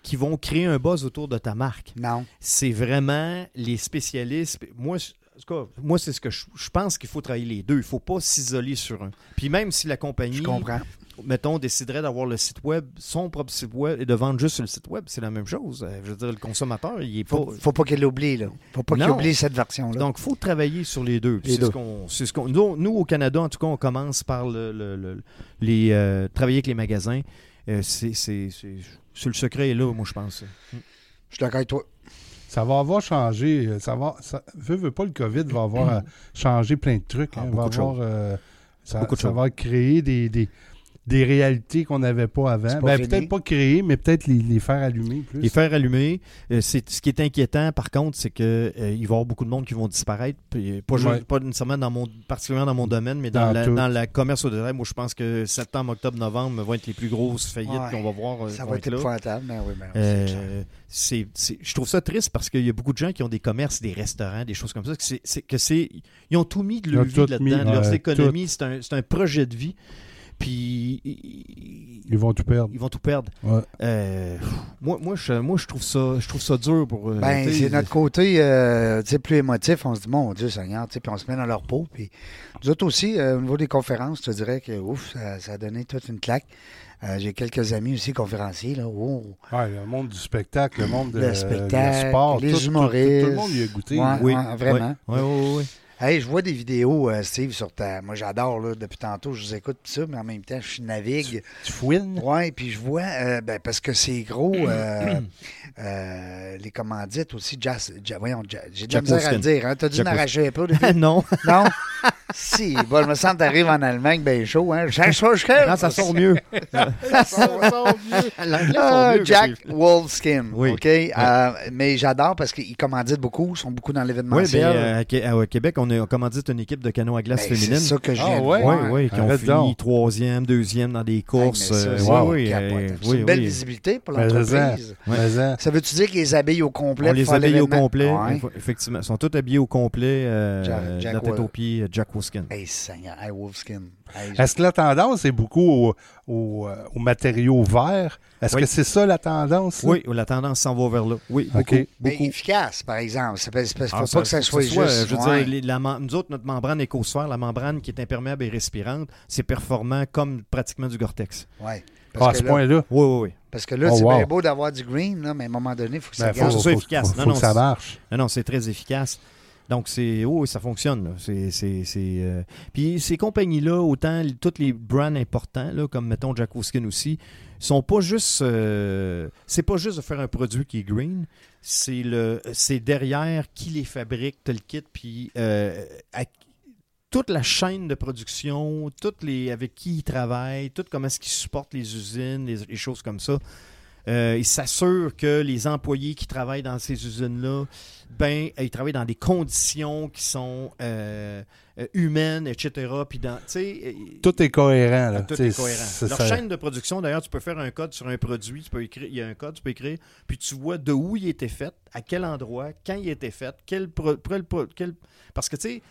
Speaker 3: qui vont créer un buzz autour de ta marque.
Speaker 1: Non.
Speaker 3: C'est vraiment les spécialistes. Moi, je- en tout cas, moi c'est ce que je, je pense qu'il faut travailler les deux. Il faut pas s'isoler sur un. Puis même si la
Speaker 1: Je
Speaker 3: compagnie
Speaker 1: comprends.
Speaker 3: mettons, déciderait d'avoir le site web, son propre site web, et de vendre juste sur le site web, c'est la même chose. Euh, Je veux dire, le consommateur, il est pas...
Speaker 1: Faut, faut pas qu'il l'oublie, là. Faut pas qu'il
Speaker 3: Non.
Speaker 1: oublie cette version-là.
Speaker 3: Donc, il faut travailler sur les deux. Puis
Speaker 1: Les
Speaker 3: C'est ce
Speaker 1: deux.
Speaker 3: qu'on... c'est ce qu'on- nous, nous, au Canada, en tout cas, on commence par le, le- le- les, euh, travailler avec les magasins. Euh, c'est, c'est, c'est- c'est le secret est là, moi, je pense.
Speaker 1: Je suis d'accord avec toi.
Speaker 2: Ça va avoir changé. euh, Ça va, ça, veux, veux pas, le COVID va avoir euh, changé plein de trucs.
Speaker 3: Ah,
Speaker 2: hein,
Speaker 3: beaucoup
Speaker 2: va
Speaker 3: de
Speaker 2: avoir, euh, ça,
Speaker 3: Beaucoup de
Speaker 2: ça
Speaker 3: choses.
Speaker 2: va créer des, des, des réalités qu'on n'avait pas avant.
Speaker 1: C'est pas
Speaker 2: Ben,
Speaker 1: fini.
Speaker 2: peut-être pas créer, mais peut-être les, les faire allumer plus.
Speaker 3: Les faire allumer. Euh, c'est, ce qui est inquiétant, par contre, c'est qu'il va y avoir beaucoup de monde qui vont disparaître. puis, euh, pas, juste-
Speaker 2: Ouais.
Speaker 3: pas nécessairement dans mon, particulièrement dans mon domaine, mais dans,
Speaker 2: Dans
Speaker 3: la,
Speaker 2: tout.
Speaker 3: dans la commerce au détail. Moi, je pense que septembre, octobre, novembre vont être les plus grosses faillites
Speaker 1: Ouais.
Speaker 3: qu'on va voir. euh,
Speaker 1: Ça
Speaker 3: vont
Speaker 1: va
Speaker 3: être
Speaker 1: être
Speaker 3: là.
Speaker 1: épouvantable, mais oui, mais oui,
Speaker 3: Euh,
Speaker 1: c'est clair.
Speaker 3: c'est- c'est- je trouve ça triste parce qu'il y a beaucoup de gens qui ont des commerces, des restaurants, des choses comme ça. que c'est- c'est- que c'est- ils ont tout mis de
Speaker 2: Ils
Speaker 3: leur
Speaker 2: ont
Speaker 3: vie
Speaker 2: tout
Speaker 3: là-dedans,
Speaker 2: mis,
Speaker 3: de leurs
Speaker 2: ouais,
Speaker 3: économies. C'est un, c'est un projet de vie. Puis ils,
Speaker 2: Ils vont tout perdre.
Speaker 3: ils vont tout perdre.
Speaker 2: Ouais.
Speaker 3: Euh, pff, moi, moi, je, moi, je trouve ça, je trouve ça dur pour. euh,
Speaker 1: Ben,
Speaker 3: tu sais,
Speaker 1: c'est notre côté euh, tu sais, plus émotif. On se dit, mon Dieu Seigneur, tu sais, puis on se met dans leur peau. Puis nous autres aussi, euh, au niveau des conférences, je te dirais que ouf, ça, ça a donné toute une claque. Euh, J'ai quelques amis aussi conférenciers. Là, oh,
Speaker 2: Ouais, le monde du spectacle, le monde de,
Speaker 1: le spectacle,
Speaker 2: le sport,
Speaker 1: les
Speaker 2: tout, tout- tout-
Speaker 1: humoristes.
Speaker 2: Tout, le monde y a goûté.
Speaker 1: Ouais,
Speaker 3: euh, Oui.
Speaker 1: ouais, ah, vraiment.
Speaker 3: Ouais, ouais, ouais.
Speaker 1: Hey, je vois des vidéos, euh, Steve, sur ta. Moi, j'adore, là, depuis tantôt, je vous écoute pis ça, mais en même temps, je navigue.
Speaker 2: Tu fouines.
Speaker 1: Ouais, puis je vois, euh, ben, parce que c'est gros, euh, euh, les commandites aussi, Jazz, Ja- voyons, Ja- j'ai déjà
Speaker 3: Jack
Speaker 1: misère à
Speaker 3: Wolfskin.
Speaker 1: le dire, hein, t'as dû
Speaker 3: Jack
Speaker 1: en arracher un peu, au début.
Speaker 3: Ah, non,
Speaker 1: non? si, bon, je me sens que t'arrives en Allemagne, ben chaud, hein, Jack Wolfskin.
Speaker 3: Ah, ça sort mieux. L'anglais sort
Speaker 1: Ah,
Speaker 3: mieux que
Speaker 1: Jack
Speaker 3: les-
Speaker 1: Wolfskin,
Speaker 3: Oui.
Speaker 1: OK? Euh, mais j'adore parce qu'ils commanditent beaucoup, ils sont beaucoup dans
Speaker 3: Oui,
Speaker 1: l'événementiel.
Speaker 3: mais euh, à Qué- à- au Québec, on a commandité une équipe de canots à
Speaker 1: Ben,
Speaker 3: glace
Speaker 1: c'est
Speaker 3: féminine.
Speaker 1: ça que je
Speaker 2: Ah,
Speaker 1: viens de
Speaker 2: ouais?
Speaker 1: voir.
Speaker 3: Oui, oui, qui ont
Speaker 2: Arrête
Speaker 3: fini
Speaker 2: donc.
Speaker 3: troisième, deuxième dans des
Speaker 1: Hey, mais
Speaker 3: courses.
Speaker 1: ça,
Speaker 3: euh,
Speaker 1: c'est
Speaker 2: wow.
Speaker 3: oui, oui,
Speaker 1: capote.
Speaker 3: euh,
Speaker 1: C'est
Speaker 3: oui,
Speaker 1: une belle
Speaker 3: oui. Ben,
Speaker 1: visibilité pour
Speaker 2: Mais ça,
Speaker 1: l'entreprise.
Speaker 2: mais ça.
Speaker 1: Ça veut-tu dire qu'ils les habillent au complet?
Speaker 3: On
Speaker 1: pour
Speaker 3: les
Speaker 1: faire
Speaker 3: habille au
Speaker 1: l'événement?
Speaker 3: complet,
Speaker 1: Ouais.
Speaker 3: eff- effectivement. Ils sont tous habillés au complet, euh,
Speaker 1: Jack-
Speaker 3: de
Speaker 1: Jack
Speaker 3: la tête
Speaker 1: Wa- Ben,
Speaker 3: aux pieds, euh, Jack Woskin.
Speaker 1: Hey, Seigneur, hey, Wolfskin. Hey,
Speaker 2: Est-ce que la tendance est beaucoup au- au, euh, aux matériaux verts? Est-ce
Speaker 3: Oui.
Speaker 2: que c'est ça la tendance? là?
Speaker 3: Oui, la tendance s'en va vers là. Oui,
Speaker 2: OK. Ah,
Speaker 1: mais
Speaker 3: beaucoup.
Speaker 1: efficace, par exemple. C'est parce parce qu'il
Speaker 3: Ah,
Speaker 1: ne faut pas que ça
Speaker 3: faut
Speaker 1: soit
Speaker 3: ce soit,
Speaker 1: juste.
Speaker 3: je veux
Speaker 1: ouais.
Speaker 3: dire, les- la mem- nous autres, notre membrane écosphère, la membrane qui est imperméable et respirante, c'est performant comme pratiquement du Gore-Tex.
Speaker 1: Ouais.
Speaker 2: Ah, à
Speaker 1: Parce,
Speaker 2: ce
Speaker 1: que là,
Speaker 2: point-là.
Speaker 3: Oui, oui, oui.
Speaker 1: parce que là,
Speaker 2: Oh,
Speaker 1: c'est
Speaker 2: wow.
Speaker 1: bien beau d'avoir du green, là, mais à un moment donné, il faut que ça
Speaker 2: Ben,
Speaker 3: faut-
Speaker 1: garde.
Speaker 3: que ce soit efficace.
Speaker 2: faut-
Speaker 3: Non,
Speaker 2: faut
Speaker 3: non,
Speaker 2: que ça
Speaker 3: c'est-
Speaker 2: marche.
Speaker 3: Non, non, c'est très efficace. Donc, c'est. Oh, ça fonctionne. là. C'est, c'est, c'est, euh, Puis ces compagnies-là, autant l- toutes les brands importants, là, comme mettons Jack Wolfskin aussi, sont pas juste. euh, C'est pas juste de faire un produit qui est green. C'est, le, c'est derrière qui les fabrique, tout le kit, puis euh, à- toute la chaîne de production, toutes les, avec qui ils travaillent, tout comment est-ce qu'ils supportent les usines, les, les choses comme ça. Euh, ils s'assurent que les employés qui travaillent dans ces usines-là, ben, ils travaillent dans des conditions qui sont euh, euh, humaines, etc. Puis dans, tu sais, euh,
Speaker 2: Tout est cohérent. Là.
Speaker 3: tout
Speaker 2: Ah, Tu sais,
Speaker 3: est cohérent.
Speaker 2: c'est
Speaker 3: Leur
Speaker 2: ça.
Speaker 3: chaîne de production, d'ailleurs, tu peux faire un code sur un produit, tu peux écrire, il y a un code, tu peux écrire, puis tu vois de où il était fait, à quel endroit, quand il était fait, quel, pro- pro- pro- quel- parce que tu sais,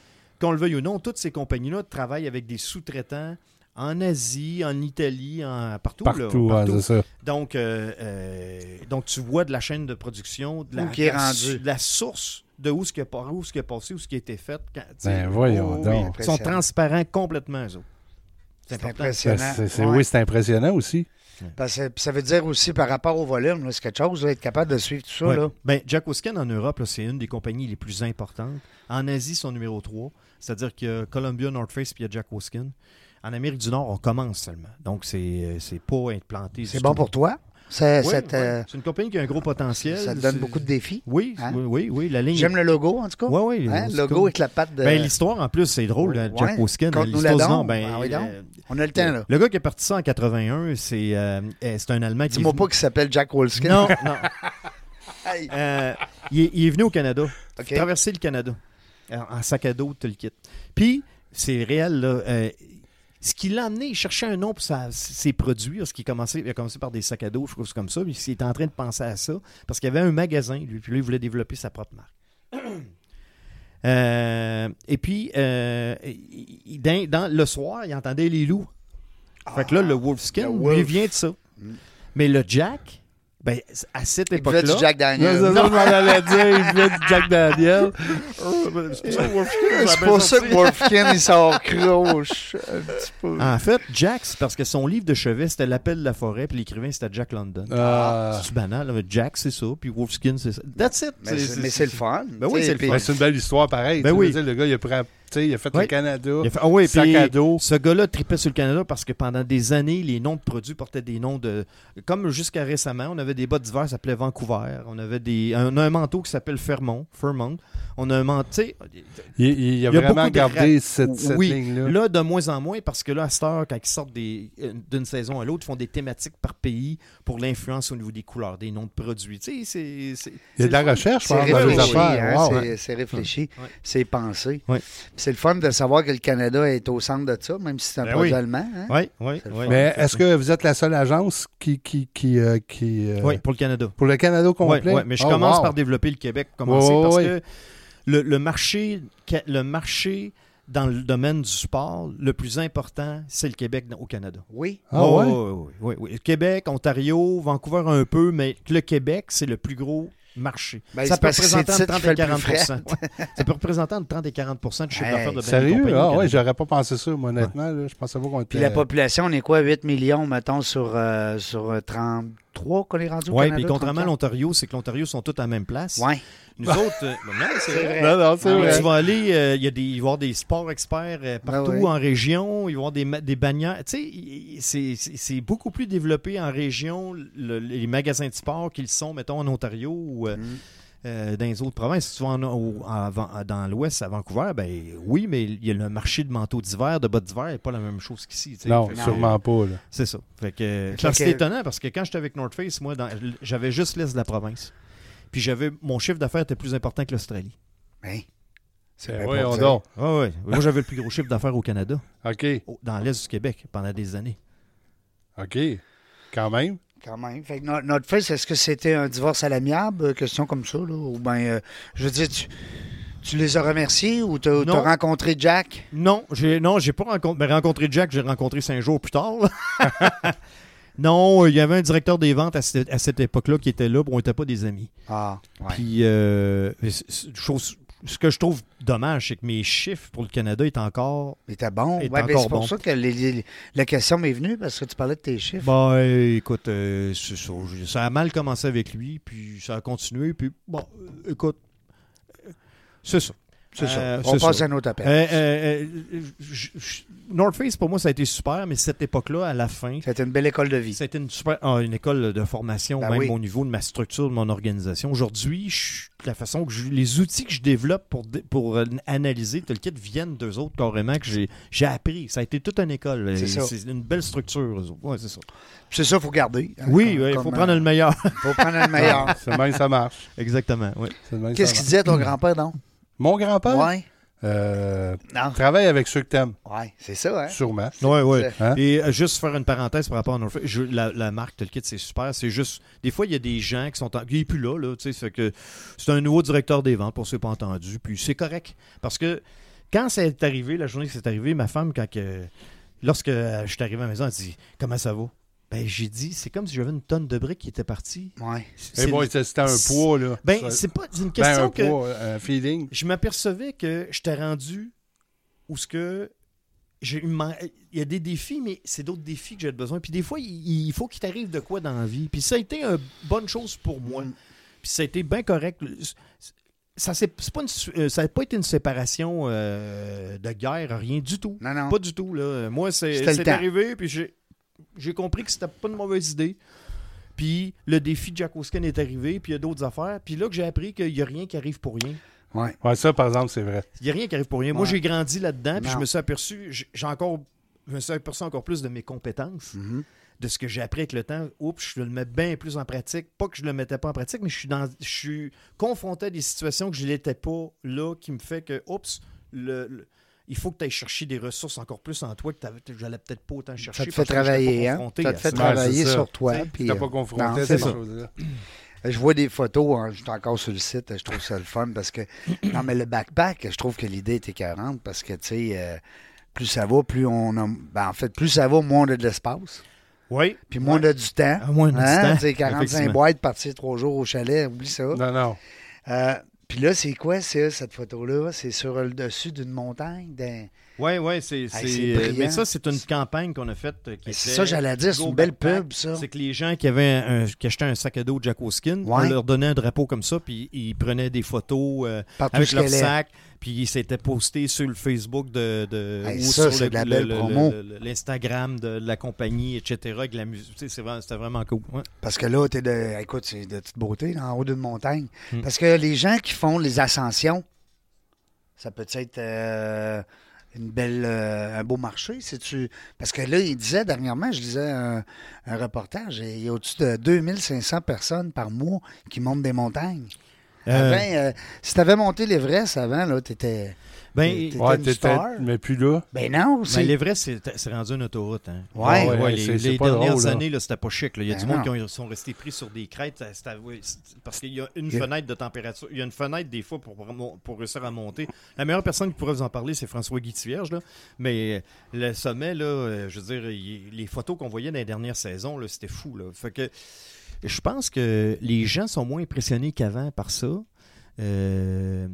Speaker 3: qu'on le veuille ou non, toutes ces compagnies-là travaillent avec des sous-traitants en Asie, en Italie, en partout, là,
Speaker 2: Partout, ouais, c'est ça.
Speaker 3: donc, euh, euh, donc, tu vois de la chaîne de production, de la,
Speaker 1: Où qui est
Speaker 3: de la-
Speaker 1: rendu.
Speaker 3: de la source de où ce qui a, par- où ce qui a passé, où ce qui a été fait. quand- tu sais, Oh,
Speaker 2: Ben, voyons
Speaker 3: oui,
Speaker 2: donc.
Speaker 3: Ils sont transparents complètement, eux autres. C'est
Speaker 1: C'est
Speaker 3: important.
Speaker 2: Ben,
Speaker 1: impressionnant.
Speaker 2: c'est- c'est-
Speaker 1: Ouais.
Speaker 2: Oui, c'est impressionnant aussi.
Speaker 1: Parce que- puis ça veut dire aussi par rapport au volume, là, c'est quelque chose, là, être capable de suivre tout ça.
Speaker 3: Ouais.
Speaker 1: Là.
Speaker 3: Ben, Jack Woskin, en Europe, là, c'est une des compagnies les plus importantes. En Asie, son numéro 3. C'est-à-dire qu'il y a Columbia, North Face, puis il y a Jack Woskin. En Amérique du Nord, on commence seulement. Donc, c'est euh, c'est pas implanté.
Speaker 1: C'est
Speaker 3: du
Speaker 1: bon
Speaker 3: tout.
Speaker 1: pour toi. C'est
Speaker 3: Ouais,
Speaker 1: cette,
Speaker 3: ouais.
Speaker 1: euh,
Speaker 3: C'est une compagnie qui a un gros potentiel.
Speaker 1: ça te donne
Speaker 3: C'est-
Speaker 1: beaucoup de défis.
Speaker 3: Oui,
Speaker 1: Hein?
Speaker 3: oui, oui, oui, la ligne.
Speaker 1: J'aime le logo, en tout cas.
Speaker 3: Ouais, ouais,
Speaker 1: Hein, Le
Speaker 3: c'est
Speaker 1: logo
Speaker 3: cool.
Speaker 1: avec la patte de.
Speaker 3: Ben, l'histoire, en plus, c'est drôle, là,
Speaker 1: Ouais.
Speaker 3: Jack Hoskin.
Speaker 1: Conte-nous
Speaker 3: l'histoire
Speaker 1: la
Speaker 3: du nom,
Speaker 1: donc.
Speaker 3: ben,
Speaker 1: Ah oui donc.
Speaker 3: euh,
Speaker 1: On a le temps, là.
Speaker 3: le gars qui est parti ça en 81, c'est euh, euh, c'est un Allemand qui. est
Speaker 1: Dis-moi
Speaker 3: venu-
Speaker 1: pas qu'il s'appelle Jack Wolfskin.
Speaker 3: Non, non.
Speaker 1: Aïe.
Speaker 3: Euh, il, est, il est venu au Canada.
Speaker 1: OK.
Speaker 3: Traverser le Canada. En, en sac à dos, tout le kit. Puis, c'est réel, là. euh, ce qui l'a amené, il cherchait un nom pour sa- ses produits, parce qu'il commençait, il a commencé par des sacs à dos, je trouve comme ça, puis il était en train de penser à ça, parce qu'il y avait un magasin, lui, puis là, il voulait développer sa propre marque. Euh, et puis, euh, il- il- dans, dans- le soir, il entendait les loups. Fait que là, le Wolfskin,
Speaker 1: Ah, le
Speaker 3: lui,
Speaker 1: wolf. Mm.
Speaker 3: vient de ça. Mais le Jack, ben, à cette
Speaker 1: Il voulait
Speaker 3: époque-là...
Speaker 1: du Jack Daniel. Non,
Speaker 2: dire. Il voulait du Jack Daniel.
Speaker 1: c'est pour ça que Wolfskin, il sort croche Ah, un petit peu.
Speaker 3: En fait, Jack, c'est parce que son livre de chevet, c'était L'appel de la forêt, puis l'écrivain, c'était Jack London.
Speaker 2: Ah.
Speaker 3: C'est banal. là. Jack, c'est ça, puis Wolfskin, c'est ça. That's it.
Speaker 1: Mais c'est- mais c'est le fun.
Speaker 3: Ben
Speaker 1: tu
Speaker 3: oui,
Speaker 1: sais,
Speaker 3: c'est le
Speaker 1: puis-
Speaker 2: Ben, c'est une belle histoire, pareil.
Speaker 3: Ben
Speaker 2: Tu sais,
Speaker 3: oui.
Speaker 2: je veux dire, Le gars, il a, pris à- tu sais, il a fait
Speaker 3: Oui.
Speaker 2: le Canada.
Speaker 3: Il a fait- ah oui,
Speaker 2: Sac
Speaker 3: puis
Speaker 2: à dos.
Speaker 3: Ce gars-là tripait sur le Canada parce que pendant des années, les noms de produits portaient des noms de. Comme jusqu'à récemment, on avait des bottes d'hiver qui s'appelaient Vancouver. On avait des. On a un manteau qui s'appelle Fairmont. Fairmont. On a menté.
Speaker 2: Il, il a
Speaker 3: Il y a
Speaker 2: vraiment
Speaker 3: beaucoup de
Speaker 2: gardé
Speaker 3: ra-
Speaker 2: cette, cette
Speaker 3: Oui.
Speaker 2: ligne-là.
Speaker 3: Là, de moins en moins, parce que là, à cette heure, quand ils sortent des- euh, d'une saison à l'autre, ils font des thématiques par pays pour l'influence au niveau des couleurs, des noms de produits. Tu sais, c'est- c'est.
Speaker 2: Il y a
Speaker 3: c'est
Speaker 2: de la
Speaker 3: le fun.
Speaker 2: recherche, je
Speaker 1: C'est
Speaker 2: pense, dans les
Speaker 1: réfléchi,
Speaker 2: affaires.
Speaker 1: hein,
Speaker 2: Wow,
Speaker 1: c'est-
Speaker 2: hein.
Speaker 1: c'est réfléchi,
Speaker 3: Ouais.
Speaker 1: c'est pensé.
Speaker 3: Ouais.
Speaker 1: C'est le fun de savoir que le Canada est au centre de ça, même si c'est un
Speaker 3: Ben
Speaker 1: produit
Speaker 3: oui.
Speaker 1: allemand. hein.
Speaker 3: Oui, oui,
Speaker 1: C'est le
Speaker 3: oui.
Speaker 2: Mais est-ce que vous êtes la seule agence qui. qui, qui, euh, qui, euh,
Speaker 3: Oui, pour le Canada.
Speaker 2: Pour le Canada
Speaker 3: Oui,
Speaker 2: complet?
Speaker 3: mais je
Speaker 2: Oh,
Speaker 3: commence
Speaker 2: wow.
Speaker 3: par développer le Québec, commencer
Speaker 2: Ouais, ouais,
Speaker 3: parce
Speaker 2: ouais.
Speaker 3: que le, le marché, ca- le marché dans le domaine du sport, le plus important, c'est le Québec dans- au Canada.
Speaker 1: Oui.
Speaker 2: Ah
Speaker 3: Oh,
Speaker 2: ouais?
Speaker 3: oui, oui, oui, oui. Québec, Ontario, Vancouver un peu, mais le Québec, c'est le plus gros marché.
Speaker 1: Ben,
Speaker 3: ça
Speaker 1: c'est
Speaker 3: peut
Speaker 1: parce que c'est
Speaker 3: représenter
Speaker 1: le
Speaker 3: entre
Speaker 1: titre qui
Speaker 3: 30
Speaker 1: fait
Speaker 3: et
Speaker 1: le plus
Speaker 3: 40 Ouais. Ça peut représenter entre 30 et 40 du chiffre
Speaker 1: Hey,
Speaker 3: d'affaires de Ben et
Speaker 2: Sérieux?
Speaker 3: compagnie au
Speaker 2: Ah ouais,
Speaker 3: Canada.
Speaker 2: j'aurais pas pensé ça, moi, honnêtement. là. je pensais pas qu'on était.
Speaker 1: Puis
Speaker 3: Ben,
Speaker 1: la population, on est quoi, 8 millions, mettons, sur, euh, sur euh, 33 qu'on est rendu au
Speaker 3: Oui,
Speaker 1: Canada?
Speaker 3: puis contrairement à
Speaker 1: 34?
Speaker 3: l'Ontario, c'est que l'Ontario sont tous à la même place.
Speaker 1: Ouais.
Speaker 3: Nous autres, euh, ben non, c'est vrai.
Speaker 2: Non, non, c'est
Speaker 1: Ah,
Speaker 2: vrai.
Speaker 3: Tu vas aller, euh, il y a des, il va y avoir des sports experts euh, partout
Speaker 1: Ah ouais.
Speaker 3: en région, il va y avoir des, ma- des bannières. Tu sais, il- il- c'est- c'est c'est beaucoup plus développé en région, le- les magasins de sport qu'ils sont, mettons, en Ontario ou euh,
Speaker 1: Mm.
Speaker 3: euh, dans les autres provinces. Si tu vas en- au- en- en- dans l'ouest, à Vancouver, ben oui, mais il y a le marché de manteaux d'hiver, de bottes d'hiver, n'est pas la même chose qu'ici. tu sais.
Speaker 2: Non,
Speaker 3: Fait que,
Speaker 2: sûrement pas. là.
Speaker 3: C'est ça. Fait que, euh,
Speaker 1: Fait que-
Speaker 3: c'est étonnant parce que quand j'étais avec North Face, moi, dans- j'avais juste l'est de la province. Puis j'avais mon chiffre d'affaires était plus important que l'Australie.
Speaker 1: Ben, c'est
Speaker 2: Ben
Speaker 1: bien
Speaker 2: voyons
Speaker 1: pour dire.
Speaker 2: donc.
Speaker 3: Ah ouais. Moi, j'avais le plus gros chiffre d'affaires au Canada,
Speaker 2: OK,
Speaker 3: au- dans l'Est du Québec, pendant des années.
Speaker 2: OK. Quand même.
Speaker 1: Quand même. Fait que no- notre fils, est-ce que c'était un divorce à l'amiable, euh, question comme ça, là? Ou bien, je veux dire, tu, tu les as remerciés ou t'as
Speaker 3: Non.
Speaker 1: t'as rencontré Jack?
Speaker 3: Non, j'ai non, j'ai pas rencontré, mais rencontré Jack, j'ai rencontré cinq jours plus tard. là. non, il y avait un directeur des ventes à cette, à cette époque-là qui était là, puis on n'était pas des amis.
Speaker 1: Ah, ouais.
Speaker 3: Puis, euh, c- c- chose- ce que je trouve dommage, c'est que mes chiffres pour le Canada est encore
Speaker 1: Il était bon.
Speaker 3: Il
Speaker 1: Ouais,
Speaker 3: est
Speaker 1: ben,
Speaker 3: encore
Speaker 1: c'est pour
Speaker 3: bon.
Speaker 1: ça que les- les- la question m'est venue parce que tu parlais de tes chiffres.
Speaker 3: Bah, écoute, euh, c'est ça, Je- ça a mal commencé avec lui, puis ça a continué, puis bon, euh, écoute, euh, c'est ça.
Speaker 1: c'est
Speaker 3: Euh,
Speaker 1: ça. On
Speaker 3: c'est
Speaker 1: passe
Speaker 3: ça.
Speaker 1: à un autre appel.
Speaker 3: Euh, euh, euh, j- j- North Face, pour moi, ça a été super, mais cette époque-là, à la fin,
Speaker 1: C'était une belle école de vie.
Speaker 3: c'était une super ah, une école de formation,
Speaker 1: Ben
Speaker 3: même
Speaker 1: oui.
Speaker 3: au niveau de ma structure, de mon organisation. Aujourd'hui, je- la façon que je- les outils que je développe pour, dé- pour euh, analyser tout le kit viennent d'eux autres carrément que j'ai j'ai appris. Ça a été toute une école.
Speaker 1: C'est
Speaker 3: Et
Speaker 1: ça.
Speaker 3: C'est une belle structure. eux autres. Ouais, c'est ça.
Speaker 1: C'est ça, il faut garder. hein,
Speaker 3: Oui, il
Speaker 1: comme-
Speaker 3: faut
Speaker 1: comme, euh,
Speaker 3: prendre le meilleur.
Speaker 1: faut prendre le meilleur.
Speaker 2: Ah, C'est le même, ça marche.
Speaker 3: Exactement, oui.
Speaker 2: C'est le même,
Speaker 1: Qu'est-ce
Speaker 2: ça
Speaker 1: qu'il
Speaker 2: marche.
Speaker 1: disait ton grand-père, donc?
Speaker 2: Mon grand-père?
Speaker 1: Ouais.
Speaker 2: Euh,
Speaker 1: Non.
Speaker 2: travaille avec ceux que t'aimes,
Speaker 1: Ouais, c'est ça, hein?
Speaker 2: sûrement.
Speaker 3: Oui, oui.
Speaker 1: C'est-
Speaker 2: Hein?
Speaker 3: Et euh, juste faire une parenthèse par rapport à North Face, je- la, la marque Tel Kit, c'est super. C'est juste, des fois, il y a des gens qui sont. En, il est plus là, là. tu sais, ça fait que C'est un nouveau directeur des ventes, pour ceux pas entendus. Puis c'est correct. Parce que quand c'est arrivé, la journée que c'est arrivé, ma femme, quand que- lorsque euh, je suis arrivé à la maison, elle dit Comment ça va Ben, j'ai dit C'est comme si j'avais une tonne de briques qui était partie.
Speaker 1: Ouais.
Speaker 2: Et
Speaker 3: C'est-
Speaker 2: moi, Eh, c'était un
Speaker 3: c'est-
Speaker 2: poids, là.
Speaker 3: ben,
Speaker 2: Ça-
Speaker 3: c'est pas c'est une
Speaker 2: ben,
Speaker 3: question
Speaker 2: un
Speaker 3: que.
Speaker 2: poids, un feeling.
Speaker 3: je m'apercevais que j'étais rendu où ce que j'ai eu man- il y a des défis mais c'est d'autres défis que j'ai besoin puis des fois il, il faut qu'il t'arrive de quoi dans la vie puis ça a été une bonne chose pour moi
Speaker 1: Mm.
Speaker 3: puis ça a été bien correct ça s'est- c'est pas une su- euh, ça n'a pas été une séparation euh, de guerre rien du tout
Speaker 1: Non, non.
Speaker 3: pas du tout là moi c'est
Speaker 1: C'était le
Speaker 3: c'est
Speaker 1: temps.
Speaker 3: arrivé puis j'ai j'ai compris que c'était pas une mauvaise idée puis le défi de Jack O'Skin est arrivé puis il y a d'autres affaires puis là que j'ai appris qu'il y a rien qui arrive pour rien
Speaker 1: Ouais.
Speaker 2: Ouais, ça, par exemple, c'est vrai.
Speaker 3: il n'y a rien qui arrive pour rien. Moi,
Speaker 1: Ouais.
Speaker 3: j'ai grandi là-dedans, puis
Speaker 1: Non.
Speaker 3: je me suis aperçu, j'ai j'ai encore, je me suis aperçu encore plus de mes compétences,
Speaker 1: Mhm.
Speaker 3: de ce que j'ai appris avec le temps. Oups, je le mets bien plus en pratique. Pas que je le mettais pas en pratique, mais je suis, dans, je suis confronté à des situations que je n'étais pas là, qui me fait que, oups, le, le- il faut que tu ailles chercher des ressources encore plus en toi que t'avais- que j'allais peut-être pas autant chercher.
Speaker 1: Ça te fait
Speaker 3: parce que j'étais pas
Speaker 1: travailler, hein?
Speaker 3: confronté
Speaker 1: Ça
Speaker 3: à
Speaker 1: te fait
Speaker 3: ça.
Speaker 2: Ouais,
Speaker 1: travailler
Speaker 2: c'est ça.
Speaker 1: sur toi.
Speaker 2: Tu
Speaker 1: puis,
Speaker 2: t'as
Speaker 1: euh,
Speaker 2: pas
Speaker 1: non,
Speaker 2: confronté à
Speaker 1: c'est
Speaker 2: ces
Speaker 1: ça.
Speaker 2: choses-là.
Speaker 1: Je vois des photos, hein, je suis encore sur le site, je trouve ça le fun parce que. Non, mais le backpack, je trouve que l'idée est écœurante parce que, tu sais, euh, plus ça va, plus on a. ben, en fait, plus ça va, moins on a de l'espace.
Speaker 3: Oui.
Speaker 1: Puis moins on a du temps. hein,
Speaker 3: Ah, moins on a du temps,
Speaker 1: Tu sais, 45
Speaker 3: effectivement.
Speaker 1: boîtes, partir trois jours au chalet, oublie ça.
Speaker 2: Non, non.
Speaker 1: Euh, puis là, c'est quoi, ça, cette photo-là? C'est sur le dessus d'une montagne? d'un-
Speaker 3: Oui, oui, c'est. c'est-
Speaker 1: c'est
Speaker 3: euh,
Speaker 1: brillant.
Speaker 3: mais ça, c'est une campagne qu'on a faite. euh, qui
Speaker 1: Mais c'est
Speaker 3: était
Speaker 1: ça, j'allais dire, c'est
Speaker 3: Go
Speaker 1: une belle
Speaker 3: Backpack.
Speaker 1: pub, ça.
Speaker 3: C'est que les gens qui avaient un- qui achetaient un sac à dos de Jack O'Skin, on
Speaker 1: Ouais.
Speaker 3: leur donnait un drapeau comme ça, puis ils prenaient des photos euh,
Speaker 1: Partout
Speaker 3: avec
Speaker 1: ce
Speaker 3: leur
Speaker 1: qu'elle est.
Speaker 3: sac, puis ils s'étaient postés sur le Facebook de, de-
Speaker 1: Hey,
Speaker 3: ou
Speaker 1: ça,
Speaker 3: sur
Speaker 1: c'est
Speaker 3: le-
Speaker 1: de la
Speaker 3: le-
Speaker 1: belle
Speaker 3: le-
Speaker 1: promo.
Speaker 3: le- le- l'Instagram de, la compagnie, etc. Avec la musique, Tu sais, c'est vraiment- c'était vraiment cool. Ouais.
Speaker 1: Parce que là, t'es de. Écoute, c'est de toute beauté, là, en haut d'une montagne.
Speaker 3: Mm.
Speaker 1: Parce que les gens qui font les ascensions, Ça peut être euh, une belle, euh, un beau marché. Si tu... Parce que là, il disait dernièrement, je lisais un, un reportage, il y a au-dessus de 2500 personnes par mois qui montent des montagnes.
Speaker 3: Euh,
Speaker 1: Avant, euh, si tu avais monté l'Everest avant, là, t'étais.
Speaker 3: ben,
Speaker 1: t'étais
Speaker 2: Ouais,
Speaker 1: une
Speaker 2: t'étais-
Speaker 1: star.
Speaker 2: mais puis là,
Speaker 1: Ben non, c'est.
Speaker 3: Mais l'Everest, c'est c'est rendu une autoroute. Hein.
Speaker 1: Ouais.
Speaker 3: Ah
Speaker 2: Ouais,
Speaker 3: les,
Speaker 2: c'est- c'est
Speaker 3: les
Speaker 2: pas
Speaker 3: dernières
Speaker 2: drôle, là.
Speaker 3: années, là, c'était pas chic. là. Il y a
Speaker 1: Ben
Speaker 3: du monde
Speaker 1: non.
Speaker 3: qui ont- sont restés pris sur des crêtes. ça- c'était- oui, c'est- parce qu'il y a une
Speaker 1: Il y a-
Speaker 3: fenêtre de température. Il y a une fenêtre des fois pour, remon- pour réussir à monter. La meilleure personne qui pourrait vous en parler, c'est François Guituvierge. là. Mais euh, le sommet, là, euh, je veux dire, il- les photos qu'on voyait dans les dernières saisons, là, c'était fou. Là. Fait que je pense que les gens sont moins impressionnés qu'avant par ça. Euh,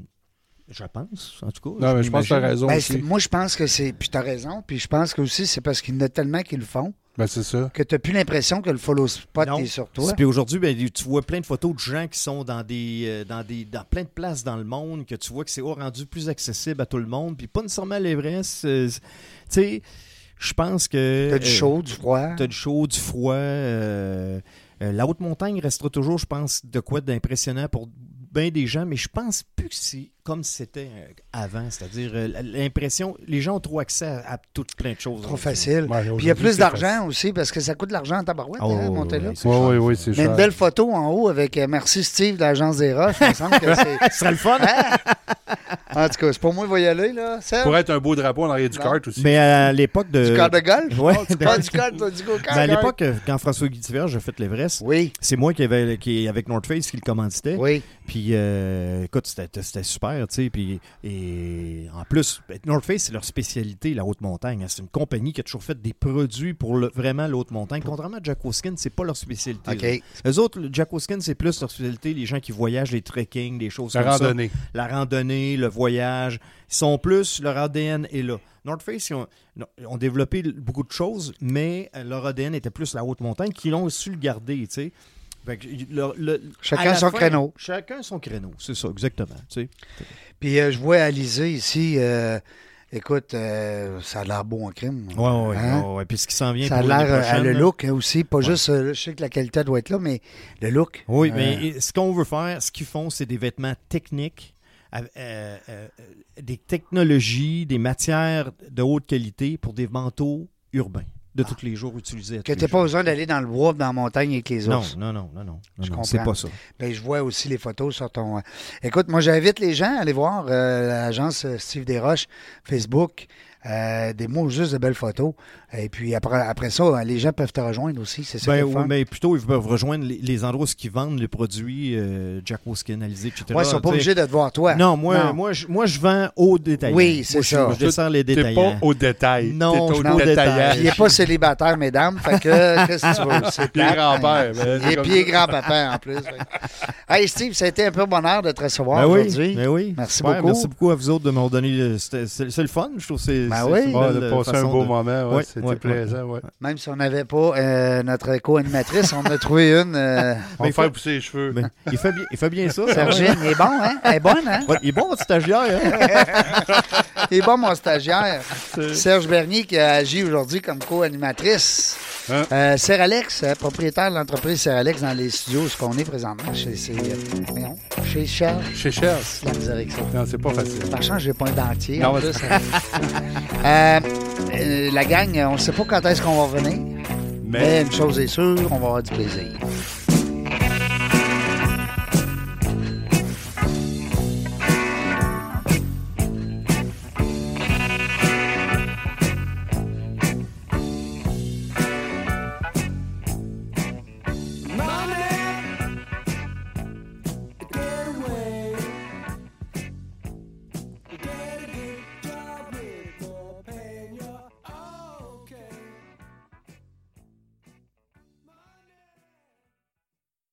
Speaker 3: je pense, en tout cas.
Speaker 2: non, mais je pense que t'as
Speaker 3: l'imagine.
Speaker 2: raison
Speaker 1: Ben, c'est-
Speaker 2: aussi.
Speaker 1: moi, je pense que c'est. Puis t'as raison. Puis je pense que aussi, c'est parce qu'il y en a tellement qui le font
Speaker 2: Ben, c'est ça.
Speaker 1: que t'as plus l'impression que le follow spot
Speaker 3: Non.
Speaker 1: est sur toi.
Speaker 3: Puis aujourd'hui, ben, tu vois plein de photos de gens qui sont dans des, euh, dans des, dans plein de places dans le monde, que tu vois que c'est oh, rendu plus accessible à tout le monde, puis pas nécessairement à l'Everest. euh, c- tu sais, je pense que
Speaker 1: T'as du
Speaker 3: euh,
Speaker 1: chaud, du froid.
Speaker 3: T'as du chaud, du froid. euh, euh, la haute montagne restera toujours, je pense, de quoi d'impressionnant pour bien des gens, mais je pense plus que c'est comme c'était euh, avant. C'est-à-dire, euh, l'impression, les gens ont trop accès à, à tout plein de choses.
Speaker 1: Trop facile. Puis il y
Speaker 2: Ouais,
Speaker 1: a
Speaker 2: aujourd'hui,
Speaker 1: plus
Speaker 2: c'est
Speaker 1: d'argent aussi parce que ça coûte de l'argent en tabarouette,
Speaker 3: Oh,
Speaker 1: hein, monter là.
Speaker 3: ouais, c'est
Speaker 2: Ouais,
Speaker 3: cher,
Speaker 2: ouais, ouais,
Speaker 3: ça.
Speaker 2: c'est
Speaker 1: Mais
Speaker 2: cher.
Speaker 1: une belle photo en haut avec euh, Merci Steve de l'Agence des Roches. Il me semble que c'est.
Speaker 3: Ah, Ce serait le fun.
Speaker 1: En tout cas, c'est pour moi, il va y aller, là. Serge?
Speaker 2: Pour être un beau drapeau en arrière du
Speaker 1: Non.
Speaker 2: kart aussi.
Speaker 3: Mais à l'époque de.
Speaker 1: Du corps de golf?
Speaker 3: euh, Ouais.
Speaker 1: Oh, du corps du golf, toi, du go-kart.
Speaker 3: Mais à l'époque, euh, quand François Guitiver, j'ai fait l'Everest,
Speaker 1: Oui,
Speaker 3: c'est moi qui avait qui avec North Face qui le commanditait.
Speaker 1: oui.
Speaker 3: Puis euh, écoute, c'était c'était super, tu sais. Puis et en plus, ben, North Face c'est leur spécialité la haute montagne. hein. C'est une compagnie qui a toujours fait des produits pour le- vraiment la haute montagne. Contrairement à Jack O'Skin, c'est pas leur spécialité.
Speaker 1: OK.
Speaker 3: Les Eux autres, le Jack O'Skin, c'est plus leur spécialité, les gens qui voyagent, les trekking, des choses
Speaker 2: La
Speaker 3: comme ça
Speaker 2: randonnée.
Speaker 3: la randonnée, le voyage. Ils sont plus, leur ADN est là. North Face, ils ont, ils ont développé beaucoup de choses, mais euh, leur ADN était plus la haute montagne, qu'ils ont su le garder, tu sais. Fait que, le- le-
Speaker 1: Chacun
Speaker 3: à la
Speaker 1: son créneau.
Speaker 3: Chacun son créneau, c'est ça, exactement. tu sais.
Speaker 1: Puis euh, je vois Alizé ici. euh, écoute, euh, ça a l'air beau en crime.
Speaker 3: Ouais, ouais,
Speaker 1: Hein?
Speaker 3: ouais, ouais. Puis ce qui s'en vient
Speaker 1: Ça a
Speaker 3: pour l'année
Speaker 1: l'air euh,
Speaker 3: prochaine,
Speaker 1: le
Speaker 3: là.
Speaker 1: look hein, aussi, pas
Speaker 3: Ouais.
Speaker 1: juste, euh, je sais que la qualité doit être là, mais le look.
Speaker 3: Oui,
Speaker 1: Euh,
Speaker 3: mais et- ce qu'on veut faire, ce qu'ils font, c'est des vêtements techniques, av- euh, euh, euh, des technologies, des matières de haute qualité pour des manteaux urbains de tous les jours utilisés. à
Speaker 1: Ah. que
Speaker 3: tous
Speaker 1: t'as
Speaker 3: les
Speaker 1: pas
Speaker 3: jours.
Speaker 1: besoin d'aller dans le bois, dans la montagne avec les
Speaker 3: Non,
Speaker 1: ours.
Speaker 3: non, non, non, non.
Speaker 1: Je
Speaker 3: non, c'est
Speaker 1: comprends.
Speaker 3: pas ça.
Speaker 1: Ben, je vois aussi les photos sur ton. euh, Écoute, moi, j'invite les gens à aller voir euh, l'agence euh, Steve Desroches, Facebook. euh, des mots juste de belles photos. Et puis après, après ça, euh, les gens peuvent te rejoindre aussi. C'est ça qui
Speaker 3: Ben,
Speaker 1: est le
Speaker 3: oui,
Speaker 1: fun.
Speaker 3: mais plutôt, ils peuvent rejoindre les, les endroits où ils vendent les produits euh, Jack Wolfskin, Alizé, etc.
Speaker 1: Ouais, ils sont pas
Speaker 3: Tu sais,
Speaker 1: obligés de te voir toi.
Speaker 3: Non, moi,
Speaker 1: Non.
Speaker 3: Moi, je, moi, je vends au détail.
Speaker 1: Oui, c'est ça.
Speaker 3: Je, je descends les
Speaker 2: T'es
Speaker 3: détails.
Speaker 2: pas au détail.
Speaker 3: Non,
Speaker 2: T'es
Speaker 3: je
Speaker 2: au
Speaker 3: suis pas au
Speaker 2: détaillant.
Speaker 1: Puis il n'est pas célibataire, mesdames. Fait que, euh, qu'est-ce que tu veux? C'est
Speaker 2: Puis il est
Speaker 1: plate,
Speaker 2: grand-père,
Speaker 1: mais-
Speaker 2: mais c'est
Speaker 1: Et
Speaker 2: comme
Speaker 1: puis
Speaker 2: ça.
Speaker 1: il est grand-papa, en plus. Fait que- Hey, Steve, ça a été un peu bonheur de te recevoir
Speaker 3: Ben oui,
Speaker 1: aujourd'hui.
Speaker 3: ben oui.
Speaker 1: Merci
Speaker 3: Super,
Speaker 1: beaucoup.
Speaker 3: Merci beaucoup à vous autres de m'avoir donné. le- c'était- C'est c'est le fun, je trouve. que C'est
Speaker 1: Ben oui.
Speaker 3: c'est- c'est une
Speaker 2: Ouais,
Speaker 3: belle
Speaker 2: de passer un
Speaker 3: façon
Speaker 2: beau
Speaker 3: de-
Speaker 2: moment, ouais,
Speaker 3: Ouais,
Speaker 2: c'était
Speaker 3: ouais,
Speaker 2: plaisant, ouais.
Speaker 1: Même si on n'avait pas euh, notre co-animatrice, on en a trouvé une. euh,
Speaker 2: On va
Speaker 3: Mais
Speaker 2: faire
Speaker 3: faut-
Speaker 2: pousser les cheveux.
Speaker 3: Ben, il, fait bien, il fait bien ça.
Speaker 1: Sergine, il est bon, hein? Elle est bonne, hein?
Speaker 3: Ouais, il est bon, votre stagiaire. Hein?
Speaker 1: Il est bon, mon stagiaire. Serge Bernier qui a agi aujourd'hui comme co-animatrice.
Speaker 2: Hein?
Speaker 1: Euh, Seralex, euh, propriétaire de l'entreprise Seralex dans les studios, ce qu'on est présentement chez, chez, non, chez Serge,
Speaker 2: Chez Cher.
Speaker 1: la misère avec ça.
Speaker 2: Non, c'est pas facile.
Speaker 1: Par chance, j'ai pas un dentier.
Speaker 2: Non,
Speaker 1: en
Speaker 2: mais-
Speaker 1: plus. hein. Euh,
Speaker 2: Ben.
Speaker 1: euh, la gang, on ne sait pas quand est-ce qu'on va revenir, mais
Speaker 2: Mais
Speaker 1: une chose est sûre, on va avoir du plaisir.